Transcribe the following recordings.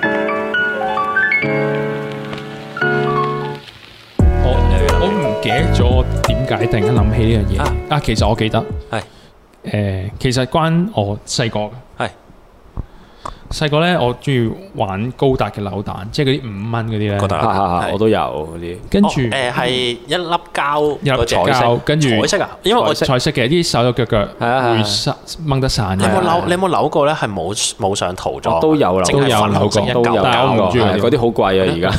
呃解突然間諗起呢樣啊嘢啊？其實我記得係誒，其實關我細個嘅係細個咧，我中意玩高達嘅扭蛋，即係嗰啲五蚊嗰啲咧。覺得嚇嚇嚇係我都有嗰啲。跟住哦誒係一粒膠有嗰隻膠跟住彩色啊，因為我彩色彩色嘅啲手手腳腳係啊係啊會散掹得散你有嘅冇。扭？你有冇扭過咧？係冇冇上塗裝，我都有淨係扭過粉紅色一都嚿有但係我膠唔搞過中意係嗰啲好貴啊！而家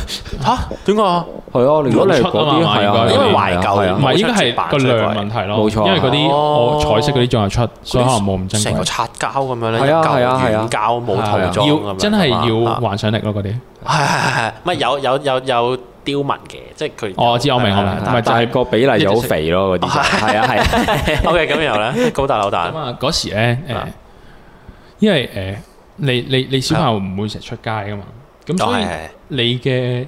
嚇點解啊？係啊，如果你係嗰啲冇出係啊嘛應啊，該因為係懷啊舊係唔啊係應該係個量問題咯，冇錯因為嗰啲哦我彩色嗰啲仲有出，所以可能冇咁珍成個貴。擦膠咁樣咧，一係啊係嚿啊係軟啊膠冇塗裝咁要樣真係要啊幻想力咯，嗰啲係係係係，唔係有有有有雕紋嘅，即係佢。我知我明我明但唔係就但係係個比例就好肥咯，嗰哦啲就係啊 係啊。 O K，咁然後咧，高大扭蛋咁啊。嗰時咧誒啊，因為誒你你你小朋友唔會成日出街噶嘛，咁所以哦係係你嘅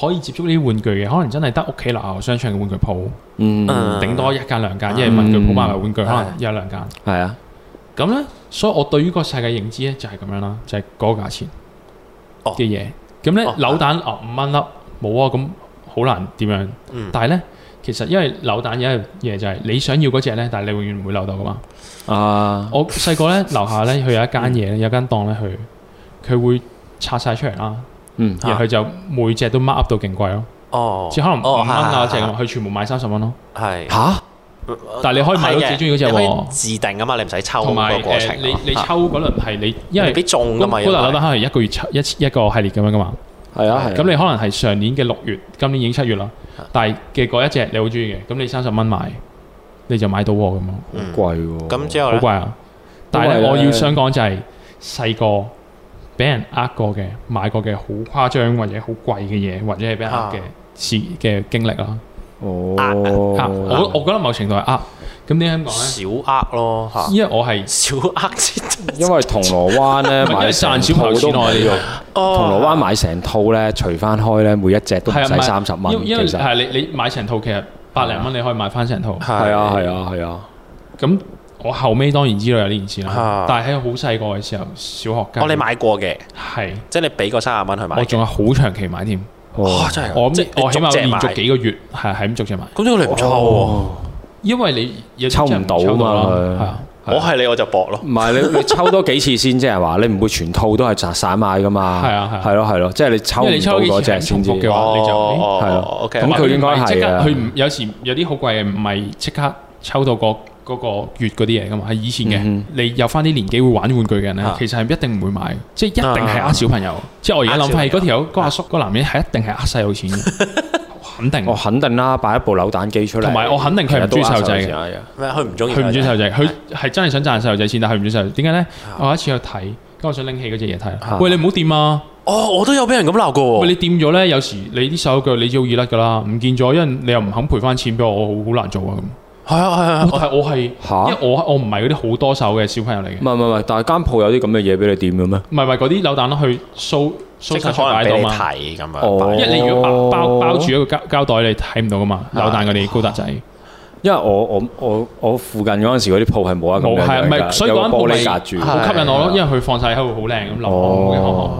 可以接觸呢啲玩具嘅，可能真係得屋企樓下商場嘅玩具鋪，嗯，嗯頂多一間兩間，因為文具鋪買埋玩具可能一兩間。係啊，咁咧，所以我對於個世界認知咧就係咁樣啦，就係、嗰個價錢哦嘅嘢。咁咧、哦扭蛋哦五蚊粒冇啊，咁好難點樣？嗯但係咧，其實因為扭蛋有一樣嘢就係你想要嗰只咧，但係你永遠唔會扭到噶嘛。啊，我細個咧樓下咧，佢有一間嗯嘢咧，有間檔咧，佢佢會拆晒出嚟啦，啊嗯然後佢就每隻都 mark up 到勁貴咯，哦，即係可能五哦蚊啊只咁，係佢全部買三十蚊咯。係係嚇，但係你可以買到係嘅自己中意嗰隻你可以喎自定噶嘛，你唔使抽同埋個過誒程，咯。你你啊抽嗰輪係你因為未必啊中噶嘛，高達扭因蛋為可能一個月抽一一個系列咁樣噶嘛。係啊係啊。咁你可能係上年嘅六月，今年已經七月啦。但係嘅嗰一隻你好中意嘅，咁你三十蚊買，你就買到喎咁咯，嗯好貴喎。咁之後好咧，貴啊！但係因為咧，呢我要想講就係細個俾人呃過嘅、買過嘅好誇張或者好貴嘅嘢，或者係俾人呃嘅啊事嘅經歷啦。哦，啊呃我我覺得某程度係呃。咁點解咁講小呃咯嚇咧？，因為我係小呃先得因為銅鑼 灣咧因買為成賺小朋套友都錢唔我哋係呢啊銅鑼哦灣買成套咧，除翻開咧，每一隻度都唔使三十蚊。啊因為因為其實係係你你買成套其實百零蚊你可以買翻成套。係啊係啊係啊，咁我後尾當然知道有呢件事啦啊，但係喺好細個嘅時候，小學雞，哦，你買過嘅，係，即係你俾個三十蚊去買我。仲係好長期買添，哇！哦真係㗎，我即係你我起碼逐隻連買續幾個月係係咁逐隻買，咁呢個你唔錯喎。哦因為你有啲抽真係唔到啊嘛啦佢係啊，係我係你我就搏咯。唔係你你抽多幾次先，即係話你唔會全套都係散散買噶嘛？係啊係啊係咯係咯，即係你抽因唔為你抽到嗰幾次隻係重先複知。嘅係啊話，你就咦哦咯哦，OK。咁同埋佢唔係應該係即刻，啊佢唔有時有啲好貴嘅，唔係即刻抽到個嗰個月嗰啲嘢噶嘛，係以前嘅嗯。你有翻啲年紀會玩玩具嘅人咧啊，其實係一定唔會買嘅，即係啊一定係呃小朋友。即係我而家諗翻呃起小嗰朋友條友嗰阿叔嗰男人係一定係呃細路錢嘅， 肯定我。肯定啦，擺一部扭蛋機出嚟，同埋我肯定佢係唔中意細路仔嘅其實都呃細路咩？佢唔中意，佢唔中意細路仔，佢係真係想賺細路仔錢，但係佢唔中意細路。點解咧？我有一次去睇，咁我想拎起嗰隻嘢睇啊。喂，你唔好掂啊！哦，我都有俾人咁鬧過哦喂，喎。你掂咗咧，有時你啲手腳你知好易甩噶啦，唔見咗，因為你又唔肯賠翻錢俾我，我好好難做啊咁。係啊係啊我係我係，嚇因為我我唔係嗰啲好多手嘅小朋友嚟嘅，唔係唔係唔係，但係間鋪有啲咁嘅嘢俾你掂嘅咩？唔係唔係嗰啲扭蛋咯，去掃即掃係晒佢出可能擺俾到你嘛。睇咁哦樣。因為你如果包包包住一個膠膠袋，你睇唔到噶嘛，扭蛋嗰啲高達仔。因為我我我我附近嗰陣時嗰啲鋪係冇一啊哦咁冇樣係啊樣唔㗎係？所以有個嗰間鋪玻咪啊璃隔住，好吸引我咯，因為佢放晒喺度好靚咁流行嘅項目哦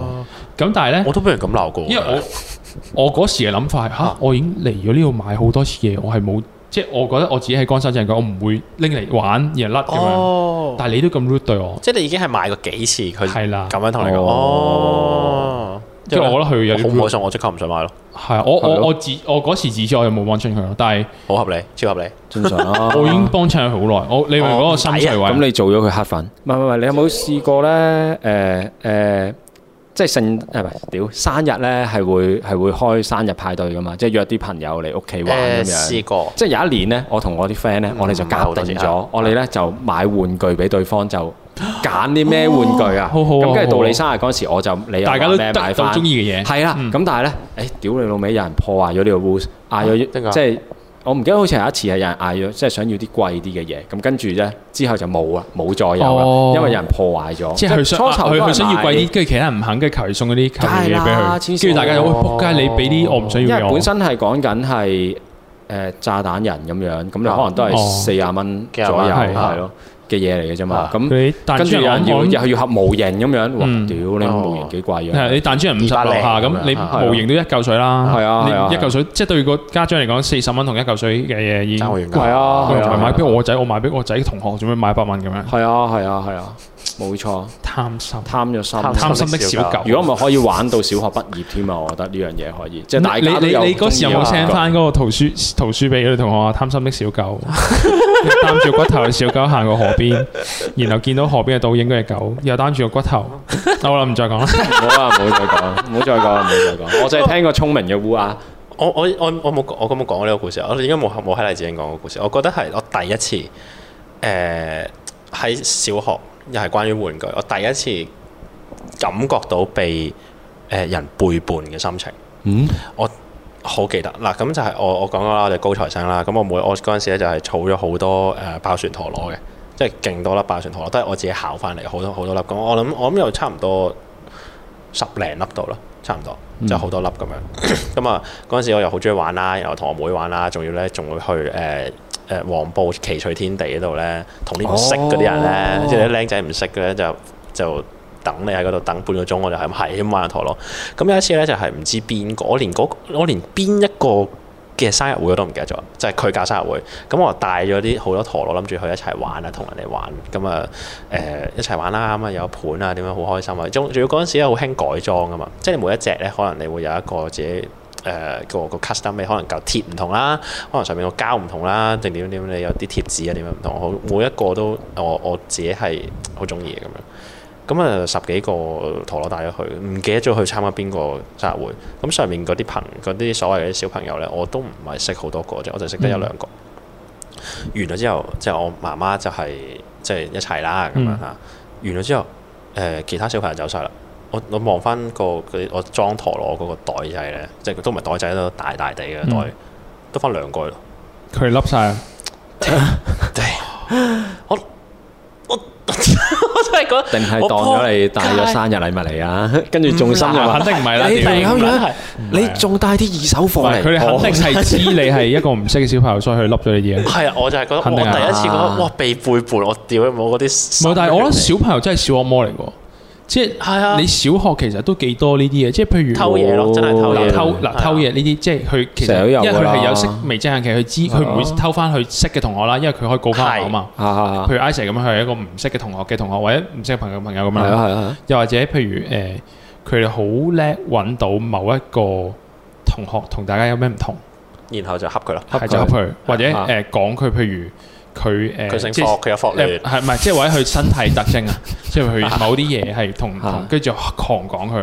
咁但係咧我，都俾人咁鬧過。因為 我我嗰時嘅諗法係啊嚇，我已經嚟咗呢度買好多次嘢，我係冇即係我覺得我自己係乾手淨腳，我唔會拎嚟玩而甩咁樣。哦，但係你都咁 rude 對我，即係你已經係買過幾次，佢啊係啦咁樣同你講。哦哦，即係我覺得佢有好啲唔 rude 開心，我即刻唔想買咯，係啊我係我咯我自我嗰時自知我又冇幫襯佢咯，但係好合理，超合理。正常啊啦。 我已經幫襯佢好耐。我你明唔明嗰個心碎啊咁位？你做咗佢黑粉？唔係唔係，你有冇試過咧？誒、誒、即係聖啊誒唔係屌生日咧，係會係會開生日派對噶嘛？即係約啲朋友嚟屋企玩咁誒，樣。試過即係有一年咧，我同我啲 friend 咧，我哋嗯就買好夾多定隻咗啊，我哋咧就買玩具俾對方，就揀啲咩玩具啊。好好啊咁跟好住好到啊你生日嗰時，我就你又大家話都咩得買到翻中意嘅嘢，係啦，嗯啊咁但係咧，誒屌你老味，有人破壞咗呢個 rules，嗌咗點解即係我唔記得好似係有一次係有人嗌咗，即係想要啲貴啲嘅嘢，咁跟住咧之後就冇啦，冇再有哦啦，因為有人破壞咗。即係佢想啊初頭佢佢想要貴啲啲，，跟住其他人唔肯，跟住求其送嗰啲求其嘢俾梗係啦黐佢，線跟住大家就喂仆街，你俾啲我唔想因要為嘅我本。身係講緊係誒炸彈人咁樣，咁你可能都係哦四廿蚊幾左廿右係蚊係咯。嘅嘢嚟嘅啫嘛啊。咁你彈跟珠住有人人要我又要合模型咁樣，哇！嗯屌你哦模型幾貴啊樣，係你彈珠人五十二百樓零下咁咁，樣你係啊模型都一嚿水啦。係啊係啊你一係啊嚿水即係對個家長嚟講，四十蚊同一嚿水嘅嘢已經爭好喂。遠㗎。係啊我係唔係啊買俾我仔，我買俾我仔同學，做咩買一百蚊咁樣？係啊係啊係啊，冇錯，貪心，貪咗心。貪貪心的小狗。如果唔係可以玩到小學畢業添啊！我覺得呢樣嘢可以，即係大你家都你有你嗰時有冇中意啊 send 玩翻嗰個圖書圖書俾嗰啲同學啊？貪心的小狗，擔住骨頭嘅小狗行過河邊，然後見到河邊嘅倒影嗰只狗，又擔住個骨頭。好啦，唔再講啦。唔好啦，啊唔好再講，唔好再講，唔好再講。我淨係聽過聰明嘅烏鴉，我我我我冇我咁冇講過呢個故事，我哋應該冇冇喺黎智英講過故事。我覺得係我第一次誒喺、小學，又係關於玩具，我第一次感覺到被誒、呃人背叛嘅心情。嗯，好記得嗱，咁就係我我講過啦，我哋高材生啦，咁我每我嗰陣時咧就係儲咗好多誒、呃爆旋陀螺嘅，即係勁多粒爆旋陀螺，都係我自己考翻嚟，好多好多粒咁。我諗我諗有差唔多十零粒度啦，差唔多就好多粒咁樣。 咁啊嗰陣時我又好中意玩啦，然後同我妹玩啦，仲要咧仲會去誒。呃誒黃埔奇趣天地嗰度咧，同啲唔識嗰啲人咧，哦即係啲僆仔唔識嘅咧，就就等你喺嗰度等半個鐘，我就係咁係咁玩陀螺。咁有一次咧就係唔知邊個，我連嗰我連邊一個嘅生日會我都唔記得咗，就係佢搞生日會。咁我帶咗啲好多陀螺，諗住去一齊玩啊，同人哋玩。咁啊誒一齊玩啦，咁啊有盤啊，點樣好開心啊！仲仲要嗰陣時咧好興改裝噶嘛，即係你每一隻咧可能你會有一個自己。誒、個個 custom 你可能嚿鐵唔同啦，可能上面個膠唔同啦，定點點你有啲貼紙啊點樣唔同，好每一個都我我自己係好中意嘅咁樣。咁啊十幾個陀螺帶咗去，唔記得咗去參加邊個生日會。咁上面嗰啲朋嗰啲所謂嗰啲小朋友咧，我都唔係識好多個啫，我就識得一兩個。完咗之後，即係我媽媽就係即係一齊啦咁樣嗯嚇。完咗之後，誒、其他小朋友走晒啦。我我望翻個佢我裝陀螺嗰個袋仔咧，即係都唔係袋仔都大大地嘅袋，嗯得翻 兩個咯。佢笠晒啦，我真係覺得定係我當仆咗你帶咗街生日禮物嚟啊？跟住重心又嗱話嗯肯。定唔係啦。你屌哋咁唔樣係，你仲帶啲二手唔貨係嚟？哦佢哋肯定係知你係一個唔識嘅小朋友，所以佢笠咗你啲嘢。係啊，我就係覺得肯我定啊第一次覺得哇被背叛，我屌冇嗰啲唔係，心但係我覺得血嚟小朋友真係小惡魔嚟喎，即係係啊你小學其實都幾多呢啲嘢，即係譬如偷嘢咯，真係偷嗱嘢偷係嗱啊偷嘢呢啲，即係佢其成實日都有因為佢㗎啦係有識微精限期，佢知佢唔會偷翻佢識嘅同學啦，因為佢可以告翻我啊嘛。 啊啊啊譬如 Isaac 咁樣，佢係一個唔識嘅同學嘅同學，或者唔識嘅朋友嘅朋友咁係啊樣。係啊，又或者譬如誒，佢哋好叻揾到某一個同學同大家有咩唔同，然後就恰佢咯。係就恰佢，或者啊誒講佢譬如佢佢誒姓即霍，係。佢有霍誒亂，係唔係即係或者佢身體特徵啊？即係佢某啲嘢係同唔同啊，跟住就狂講佢，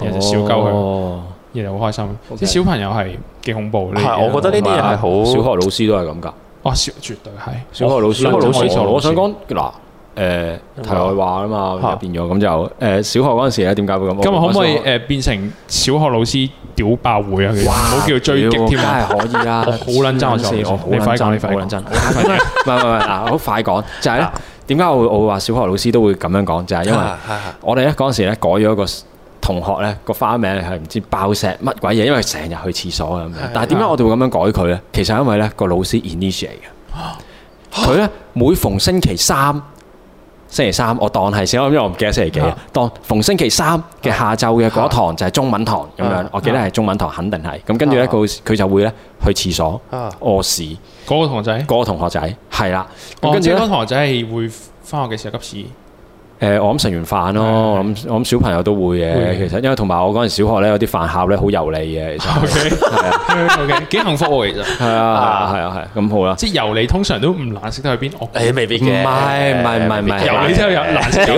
係有隻小鳩佢哦然後好開心。 OK 啲小朋友係幾恐怖呢啲係嘢？我覺得呢啲嘢係好小學老師都係咁㗎。哦，小絕對係小學老師，哦小學老師我想講嗱，誒題外話啊嘛，嚇咁就變咗咁就誒小學嗰陣時咧，點解會咁？啊今日可唔可以我誒變成小學老師屌爆會啊？其實唔哇好叫追擊添啊！梗係可以啦！我好撚憎我小學老師我好撚你憎，快講好撚憎，唔係唔係唔係嗱，好快講就係啊咧，點解我會我會話小學老師都會咁樣講，就係因為我哋咧嗰陣時咧改咗個 s- 同學咧個花名係唔知爆石乜鬼嘢，因為成日去廁所啊咁樣。但係點解我哋會咁樣改佢咧？其實因為咧個老師 initiate 嘅，佢咧每逢星期三。星期三我當係先，因為我唔記得星期幾啊啊。當逢星期三嘅下晝嘅嗰一堂就係中文堂咁樣啊，我記得係中文堂，肯定係。咁跟住咧，啊佢佢就會咧去廁所啊屙屎。嗰個同學仔，嗰個同學仔係啦，咁哦，跟即住係咧嗰個同學仔係會翻學嘅時候急屎。 誒、我諗食完飯咯，係我諗我諗小朋友都會嘅，會其實因為同埋我嗰陣小學咧有啲飯盒咧好油膩 嘅，其實 O K O K，幾幸福喎，其實係啊係啊係啊係，咁好啦，即係由你通常都唔難識得去邊，我誒未必唔嘅，係唔係唔係唔係由由你之後有難食咗。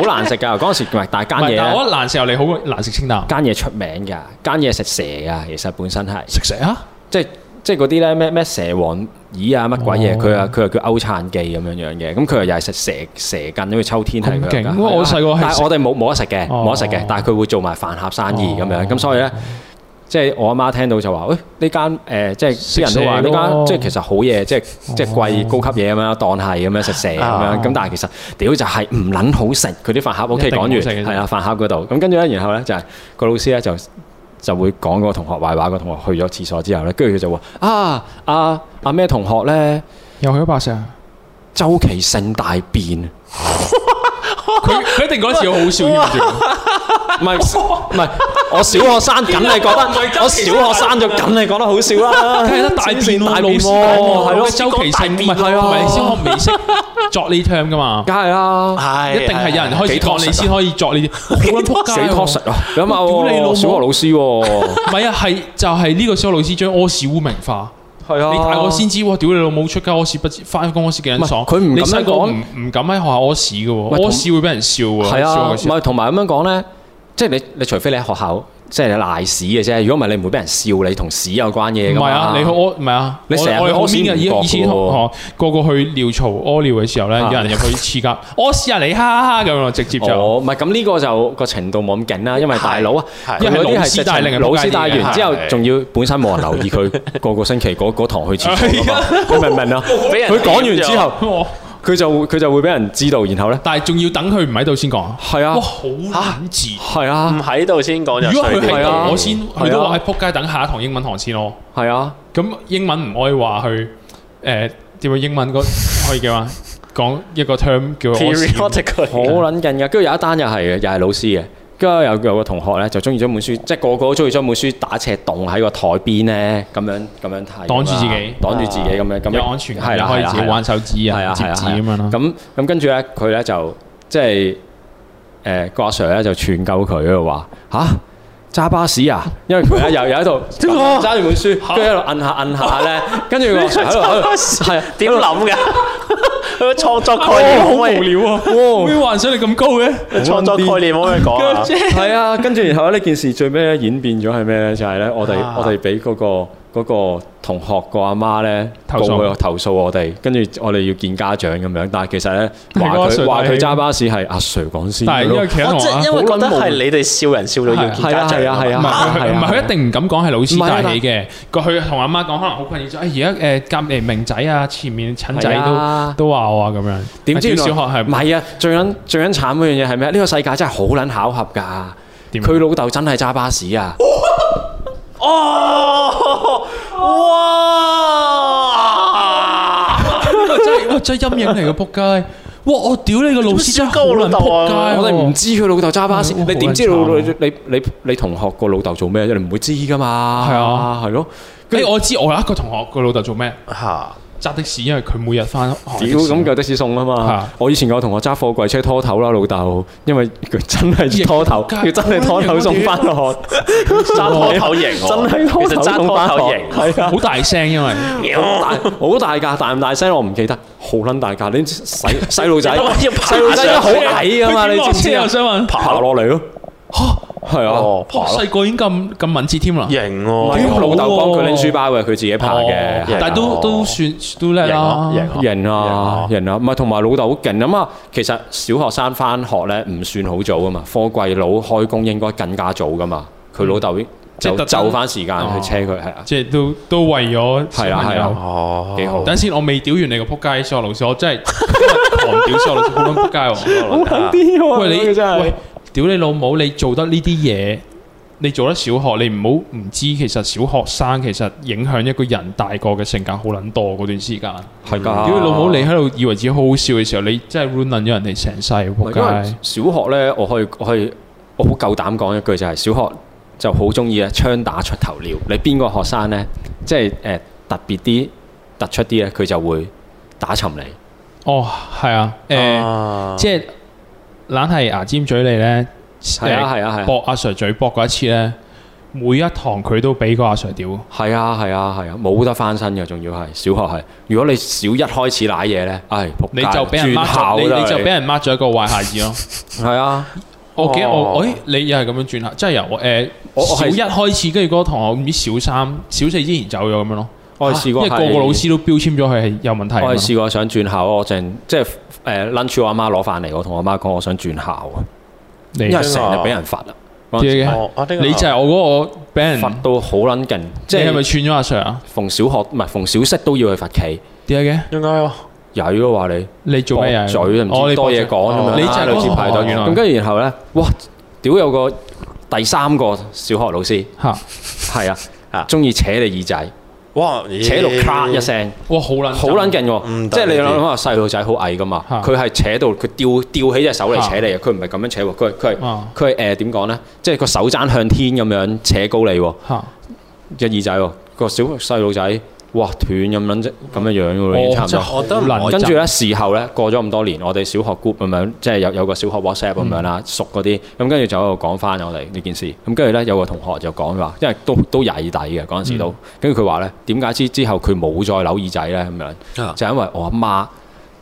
好難食㗎，嗰陣時唔係，但唔係係，間但嘢係呢我覺得難食又你好過難食清淡。間嘢出名㗎，間嘢食蛇㗎，其實本身係食蛇啊？即係即係嗰啲咧咩咩蛇王椅啊乜鬼嘢，哦佢啊佢又叫歐燦記咁樣樣嘅，咁佢又又係食蛇蛇羹，因為秋天係佢咁勁㗎哇我細個係但食係我哋冇冇得食嘅，哦冇得食嘅，但係佢會做埋飯盒生意咁樣，咁所以咧。即係我阿媽聽到就話：，喂，呢間誒，即係啲人都話食蛇咯哦呢間，即係其實好嘢，即係即係貴高級嘢咁樣，當係咁樣食蛇咁啊樣。咁但係其實屌就係唔撚好食，佢啲飯盒 OK 一定唔講好完食嘅啫係啊飯盒嗰度。咁跟住咧，然後咧就係個老師咧就就會講個同學壞話，個同學去咗廁所之後咧，跟住佢就話：啊啊啊咩同學咧？又去咗白石啊？誒、周期性大變。佢佢一定嗰陣時好好笑添住。唔係唔係， 我小學生梗係覺得，我小學生就梗係覺得好笑啦，梗係得大變大大變變喎，係咯，周期性唔係係啊同埋你先可美式作呢 term 噶嘛，梗係啦，係一定係有人開始幾啊 toxic 講你先可以作呢啲，好撚撲街死喎拖實啊！你諗下屌你老喎，母小學老師 喎，唔係啊，係就係呢個小學老師將屙屎污名化。係啊，你大個先知，哇！屌你老母出街屙屎不知，翻工屙屎幾撚爽。唔係佢唔你咁樣細個講唔唔敢喺學校屙屎嘅喂喎，同屙屎會俾人笑喎。係啊，小學唔嘅時候係同埋咁樣講咧，即係你你除非你喺學校即係你賴屎嘅啫，如果唔係你唔會俾人笑你同屎有關嘢唔㗎係嘛啊，你去屙唔係啊，你我成日去我哋屙好屎面嘅，唔以覺以前嘅喎同學個個去尿槽屙尿嘅時候咧，啊有人入去廁格 屙屎啊你哈哈哈咁樣，直接就哦，唔係咁呢個就個程度冇咁勁啦，因為大佬啊，係因為有啲老係師帶另一個老師帶階段完之後，係仲要本身冇人留意佢 個個星期嗰嗰堂去廁所㗎嘛你明唔明啊？俾人佢講完之後，哇佢就會佢就會俾人知道，然後咧哦但係仲要等佢唔喺度先講啊。係啊哇，好撚賤！係唔啊喺度先講就如果佢衰啲係啊係我先，佢係都啊話喺撲街等下一堂英文堂先咯。係啊，咁英文唔可以話去誒點啊？英文嗰可以嘅嘛？ 講一個 term 叫屙屎 periodically 好撚勁㗎。跟住有一單又係嘅，又係老師嘅。跟住有有個同學咧就中意將本書，即係個個都中意將本書打斜棟喺個台邊咧，咁樣咁樣睇，擋住自己啊擋住自己咁樣，咁樣有安全係感，啦又可以係啦自己係啦玩手指係啊、啊，折係啊，紙咁樣咯。咁咁跟住咧，佢咧就即係誒個阿 Sir 咧就串鳩佢喺度話吓，揸巴士啊，因為佢咧又又 喺度點啊揸住本書，跟住喺度摁下摁下咧，跟住個阿 Sir 喺度 喺度係啊，點諗㗎？佢創作概念哦，好可唔可無以？聊啊！會幻想力咁高嘅，創作概念可唔可以 講啊？係啊，跟住然後呢件事最尾咧演變咗係咩咧？就係咧，我哋啊我哋俾嗰個嗰個同學個阿媽咧投訴告佢投訴我哋，跟住我哋要見家長咁樣。但係其實咧話係嗰個 Sir 佢話帶佢起揸巴士係阿 Sir 講先但係嘅因為咯，其他我同即學啊係因為覺得係你哋笑人笑到要見家長係 啊係啊係啊唔係佢係唔啊係佢一定唔敢講係老師唔係啊帶起嘅，佢佢同阿媽講可能好困擾咗。哎而家誒隔離明仔啊，前面陳仔係啊都都話我啊咁樣。點知啊原小學來係唔係啊？最撚最撚慘嗰樣嘢係咩？呢個世界真係好撚巧合㗎。點啊佢老豆真係揸巴士啊！哦，哇！哇真係哇真係陰影嚟嘅仆街！哇！我屌你個老師真係好做撚乜咁鳩仆老豆啊街！我哋唔知佢老豆揸巴士，嗯你點知好撚你慘啊你你你同學個老豆做咩啫？你唔會知㗎嘛？係啊，係咯。跟誒，住我知我有一個同學個老豆做咩？嚇！揸的士，因為佢每日翻學。屌咁夠的士送啊嘛嚇！我以前有個同學揸貨櫃車拖頭啦，老豆，因為佢真係拖頭，亦佢真係拖頭送翻學，揸拖頭型喎真係拖其實頭揸送拖翻頭學，型係啊好，大聲，因為大好大㗎，大唔大聲我唔記得，好撚大㗎，你 知細細路仔，你諗下要爬細路仔真係好矮㗎嘛，佢你點落知唔知車啊我？想問，爬落嚟咯，係啊哦，，哇！爬咯細個已經咁咁敏捷添啦，型唔喎，係屌咁老豆幫佢好喎拎書包嘅，佢自己爬嘅哦，係啊但係哦都都算都叻啦，型咯人啊型啊人啊，唔係同埋老豆好勁啊嘛。其實小學生翻學咧唔算好早啊噶嘛，貨櫃佬開工應該更加早噶嘛。佢老豆嗯即係就特登哦就翻時間去車佢，係啊，即係都都為咗係小啦朋友係啦哦，幾好等先，我未屌完你個撲街小學老師，我真 係今日狂屌小學老師，好撚撲街 喎！啲喎喂你喂屌你老母！你做得呢啲嘢，你做得小學，你唔好唔知其實小學生其實影響一個人大個嘅性格好撚多嗰段時間。係㗎，啊屌你老母！你喺度以為自己好好笑嘅時候，你真係 run 撚咗人哋成世唔仆係因為街。小學咧，我可以我可以我好夠膽講一句就係小學就好中意咧槍打出頭鳥。你邊個學生咧，即係誒特別啲突出啲咧，佢就會打沉你。哦，係啊，誒，誒，即係懶係牙尖嘴利咧，係誒，啊係啊係啊。搏阿 Sir 嘴搏嗰一次咧，每一堂佢都俾個阿 Sir 屌。係啊係啊係啊，冇得翻身嘅，仲要係小學係。如果你小一開始舐嘢咧，唉，仆街你就俾人轉 mark 校咗，你啦你就俾人 mark 咗一個壞孩子咯。係啊，我記得哦我，誒你又係咁樣轉下，即係由我誒我我小係一開始，跟住嗰個同學唔知小三、小四之前走咗咁樣咯。啊我係試過因為係個個老師都標籤咗佢係有問題啊嘛。我係試過想轉校，我淨即係誒 lunch 我阿媽攞飯嚟，我同我媽講我想轉校啊，你因為啲成日俾人罰啊，嗰陣時嘅，哦啊呢個你就係我嗰個俾人，罰到好撚勁，即嗯即係係咪係串咗阿 Sir 啊？逢小學唔係逢小息都要去罰企，點解嘅？應該喎曳咯話你。你做咩啊？駁嘴唔哦知你多嘢駁嘴講咁啊樣，你就係係類嗰似個哦排隊。原來哦咁跟住然後咧，哇！屌有個第三個小學老師嚇係啊啊，中意扯你耳仔。哇！咦扯到咔一聲，哇，好撚好撚勁喎！唔得即係你呢啲諗下細路仔好矮噶嘛，嚇佢係扯到佢吊吊起隻手嚟嚇扯你，佢唔係咁樣扯喎，佢佢係哦啊佢係誒點講咧？即係個手踭向天咁樣扯高你喎，嚇！隻耳仔喎，個小細路仔哇斷咁撚啫咁樣樣㗎喎，已經差唔即多。係我覺得好唔可撚以跟住咧，事後咧過咗咁多年，我哋小學 group 咁樣，即係有有個小學 WhatsApp 嗯咁樣啦，熟嗰啲，咁跟住就喺度講翻我哋呢件事。咁跟住咧有個同學就講話，因為都都曳底嘅嗰陣時嗯都，跟住佢話咧點解之之後佢冇再扭耳仔咧咁樣？啊就因為我阿媽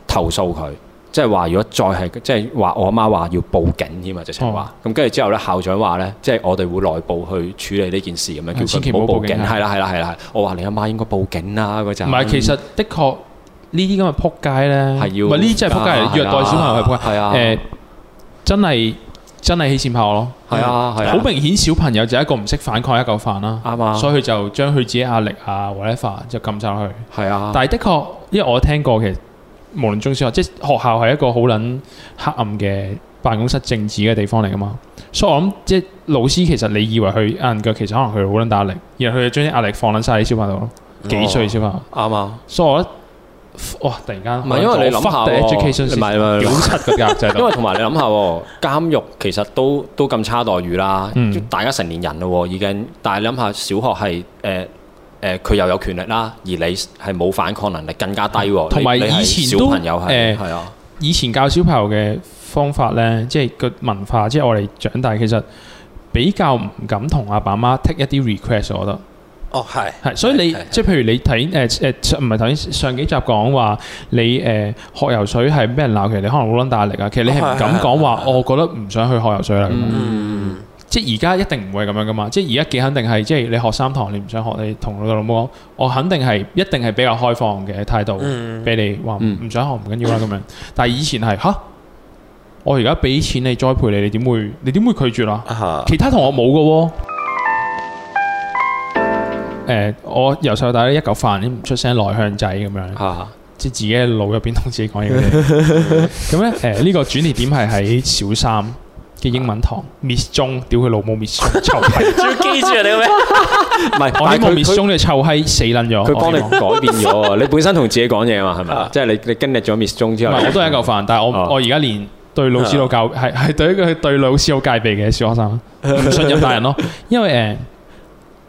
投訴佢，即係話如果再係即係話我阿媽話要報警添啊，直哦情話。咁跟住之後咧，校長話咧，即係我哋會內部去處理呢件事咁樣，叫千祈佢唔好唔好報報警警。啊係啦係啦係啦，我話你阿媽應該報警啦嗰陣。唔係，其實的確呢啲咁嘅撲街咧，嗯係要唔係呢啲真係撲街嚟，啊虐待小朋友係撲街。係啊誒，真係真係欺善怕惡咯。係啊係啊好明顯小朋友就係一個唔識反抗一嚿飯啦。啱啊所以佢就將佢自己壓力啊 whatever 就撳晒落去。係啊，但係的確，因為我聽過其實無論中小學，即係學校係一個好撚黑暗嘅辦公室政治嘅地方嚟噶嘛。所以我諗，即係老師其實你以為佢硬腳，其實可能佢好撚打壓力，然後佢就將啲壓力放撚晒喺小朋友度咯。哦幾歲小朋友？啱啊，所以我覺得，哇！突然間，唔係因為你諗下 Fuck the 喎 education 唔係唔 system，係唔係屌柒個教育制 因度為，同埋你諗下喎，監獄其實都都咁差待遇啦，嗯大家成年人咯喎已經，但係你諗下小學係誒誒佢又有權力啦，而你係冇反抗能力更加低喎，同埋你你係以前小都朋友係誒係啊，以前教小朋友嘅方法呢，即係個文化，即係我哋長大其實比較唔敢同阿爸媽 take 一啲 request，我覺得。哦，係係，所以你係係即係譬如你睇誒誒，唔係頭先上幾集講話你誒、呃、學游水係俾人鬧，其實你可能好撚大壓力啊。其實你係唔哦敢講話，我覺得唔想去學游水啦。咁樣嗯即係而家一定唔會咁樣噶嘛。即係而家幾肯定係，即係你學三堂你唔想學，你同老豆老母講，我肯定係一定係比較開放嘅態度嗯俾你話嗯唔唔想學唔緊要啦咁樣。但係以前係吓，我而家俾錢你栽培你，你點會你點會拒絕啊？啊哈其他同學冇嘅喎。誒，我由細到大咧一嚿飯唔出聲，內向仔咁樣，嚇即係自己嘅腦入邊同自己講嘢嗰啲。 咁咧誒，呢個轉捩點係喺小三嘅英文堂，Miss 中，屌佢老母 Miss 中，臭 閪！仲要記住你 個咩？唔係，我希但係望佢 Miss 佢中你臭閪死撚咗。佢幫你我希望改變咗啊，你本身同自己講嘢啊嘛，係咪啊啊？即係你你經歷咗 Miss 中之唔後，係我都係一嚿飯，但係哦我我而家連對老師都戒，係係對一個對老師好戒備嘅小學生，唔信任大人咯。因為呃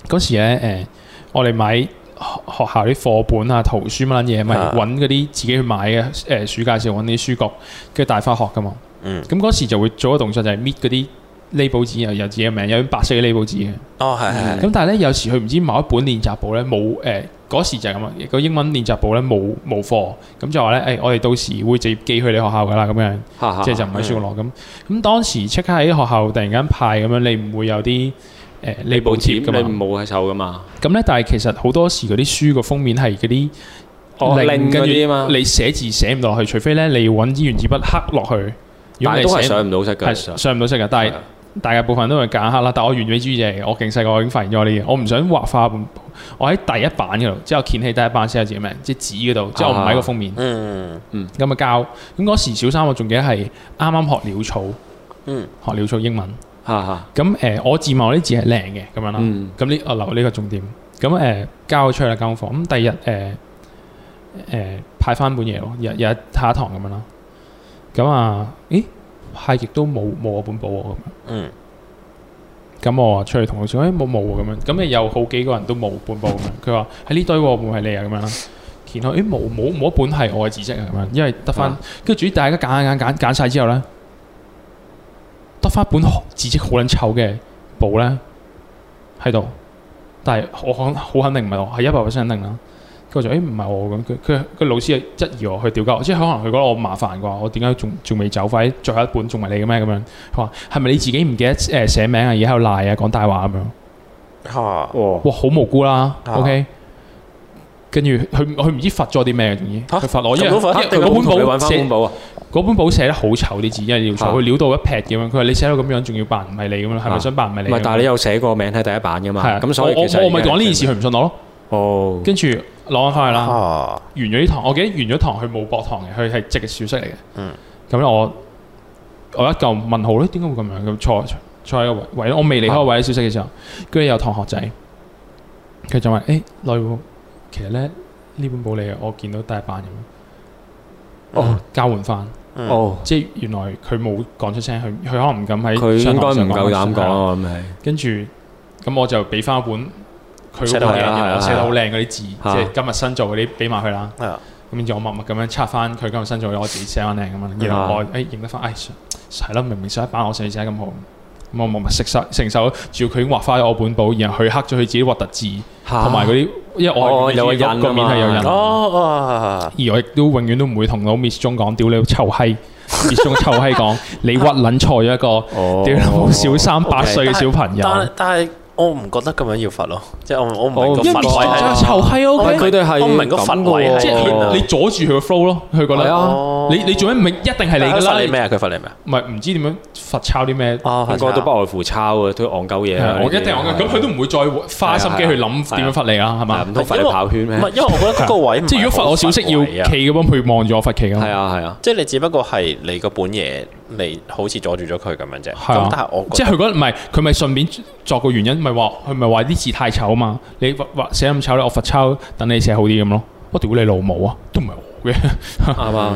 誒嗰時咧誒，我哋買學學校啲課本啊、圖書乜撚嘢，咪啊揾嗰啲自己去買嘅誒暑假時候揾啲書局，跟住帶翻學噶嘛。嗯，咁嗰時就會做一個動作，就係搣嗰啲 label 紙，又有自己嘅名，有啲白色嘅 label 紙嘅。哦，係係係咁但係咧，有時佢唔知某一本練習簿咧冇誒嗰時就係咁啊，個英文練習簿咧冇冇課，咁就話咧誒，我哋到時會直接寄去你學校噶啦，咁樣嚇嚇即係就唔喺書局攞嗯咁。咁當時即刻喺學校突然間派咁樣，你唔會有啲誒你呢報部貼紙噶你嘛？冇喺手噶嘛，咁咧，但係其實好多時嗰啲書個封面係嗰啲哦零令嗰啲啊嘛，你寫字寫唔到落去，除非咧你要揾支原子筆刻落去。如果但係你都係寫上唔到色㗎，其實啊係上唔到色嘅，但係。大家部分都係揀黑啦，但我完美主義者嚟嘅，我勁細個我已經發現咗呢啲嘢，我唔想畫花本，我喺第一版嗰度，之後掀起第一版寫有自己名，即係紙嗰度，之後我唔喺個封面嗯咁嘅交。咁嗰時小三我仲記得係啱啱學潦草，嗯學潦草英文。嚇嚇。咁誒、呃我自問我啲字係靚嘅咁樣啦。嗯咁呢、我留呢個重點。咁誒、呃交咗出去啦，交功課。咁第二日誒誒派翻本嘢咯，日日下一堂咁樣啦。咁啊，咦派極都冇冇我本簿喎咁樣。嗯咁我啊話出去同老師講，誒冇冇喎咁樣，咁誒有好幾個人都冇半部咁樣。佢話喺呢堆喎，會唔會係你啊咁樣啦？然後誒哎冇冇冇一本係我嘅字跡啊咁樣，因為得翻啊，跟住主要大家揀揀揀揀晒之後咧，得翻本字跡好撚臭嘅簿咧喺度，但係我肯好肯定唔係我，係一百 percent 肯定啦。佢就誒唔係我咁，佢佢佢老師係質疑我，佢調教我，即係可能佢覺得我麻煩啩，我點解仲仲未走快？最後一本仲係你嘅咩咁樣？佢話係咪你自己唔記得誒寫名啊？而家喺度賴啊，講大話咁樣。嚇哦，哇，好無辜啦啊，OK。跟住佢佢唔知罰咗啲咩嘅，仲要佢嚇罰我，因為仲要罰因為佢嗰你揾本簿翻寫本簿啊，嗰本簿寫得好醜啲字，因為潦草，啊佢潦到一撇咁樣。佢話你寫到咁樣，仲要扮唔係你咁樣，係咪啊想扮唔係唔你咁樣？係，但係你有寫個名喺第一版噶嘛，係啊，咁所以我其實我我咪講呢件事，佢唔信我咯。哦，跟住攞翻翻去啦。嚇完咗呢堂，我記得完咗堂佢冇駁堂嘅，佢係直嘅小息嚟嘅。嗯。咁咧我我一嚿問號咧，點解會咁樣咁坐坐喺個位位？我未離開個位小息嘅時候，跟住有同學仔，佢就話：誒、欸，內其實咧呢本簿嚟嘅，我見到第一版咁樣，哦交換翻，嗯哦，即係原來佢冇講出聲，佢佢可能唔敢喺佢上應該堂上唔夠膽講係啊，啊我諗係。跟住咁我就俾翻本佢寫寫得得好好靚靚係啊係啊嘅，寫得好靚嗰啲字，即係啊係今日新做嗰啲俾埋佢啦。啊咁然之後我默默咁樣拆翻佢今日新做嘅，我自己寫翻靚咁樣。然啊後我誒認得翻，誒上係咯，明明上一版我上次寫得咁好，咁我默默承受承受，仲要佢已經畫花咗我本簿，然後佢刻咗佢自己核突字，同埋嗰啲，因為啊哦我有個印啊嘛個面係有哦印，哦，而我亦都永遠都唔會同到 Miss 中講，屌你臭 閪，Miss 中臭閪講，你屈撚錯咗一個哦屌你老母小三八歲嘅小朋友。但係但係我唔覺得咁樣要罰咯，即係我我唔明哦個因罰為面位上係咗臭閪唔係哦佢哋係我唔明個咁氛圍係嘅喎哦即係佢你阻住佢個 flow 咯，佢覺係得啊，哦你你做咩唔明一定係你但係㗎佢啦罰你？咩啊？佢罰你咩啊？唔係唔知點樣罰抄啲咩？哦應該都不外乎抄嘅，都戇鳩嘢係啊。我一定我咁，佢都唔會再花心機去係啊嗯諗點樣罰你啦，係係嘛唔？通罰你跑圈咩唔？係，因為我覺得嗰個位唔 係即係如果罰我小息要好罰位啊企咁樣，佢望住我罰企咁。係啊係 啊，即係你只不過係你個本嘢，你好似阻住咗佢咁樣啫。係咁啊但係我覺即係佢嗰唔係佢咪順便作個原因，咪話佢咪話啲字太醜啊嘛？你畫畫寫咁醜咧，我罰抄，等你寫好啲咁咯。我屌你老母啊，都唔係我嘅 啱啊。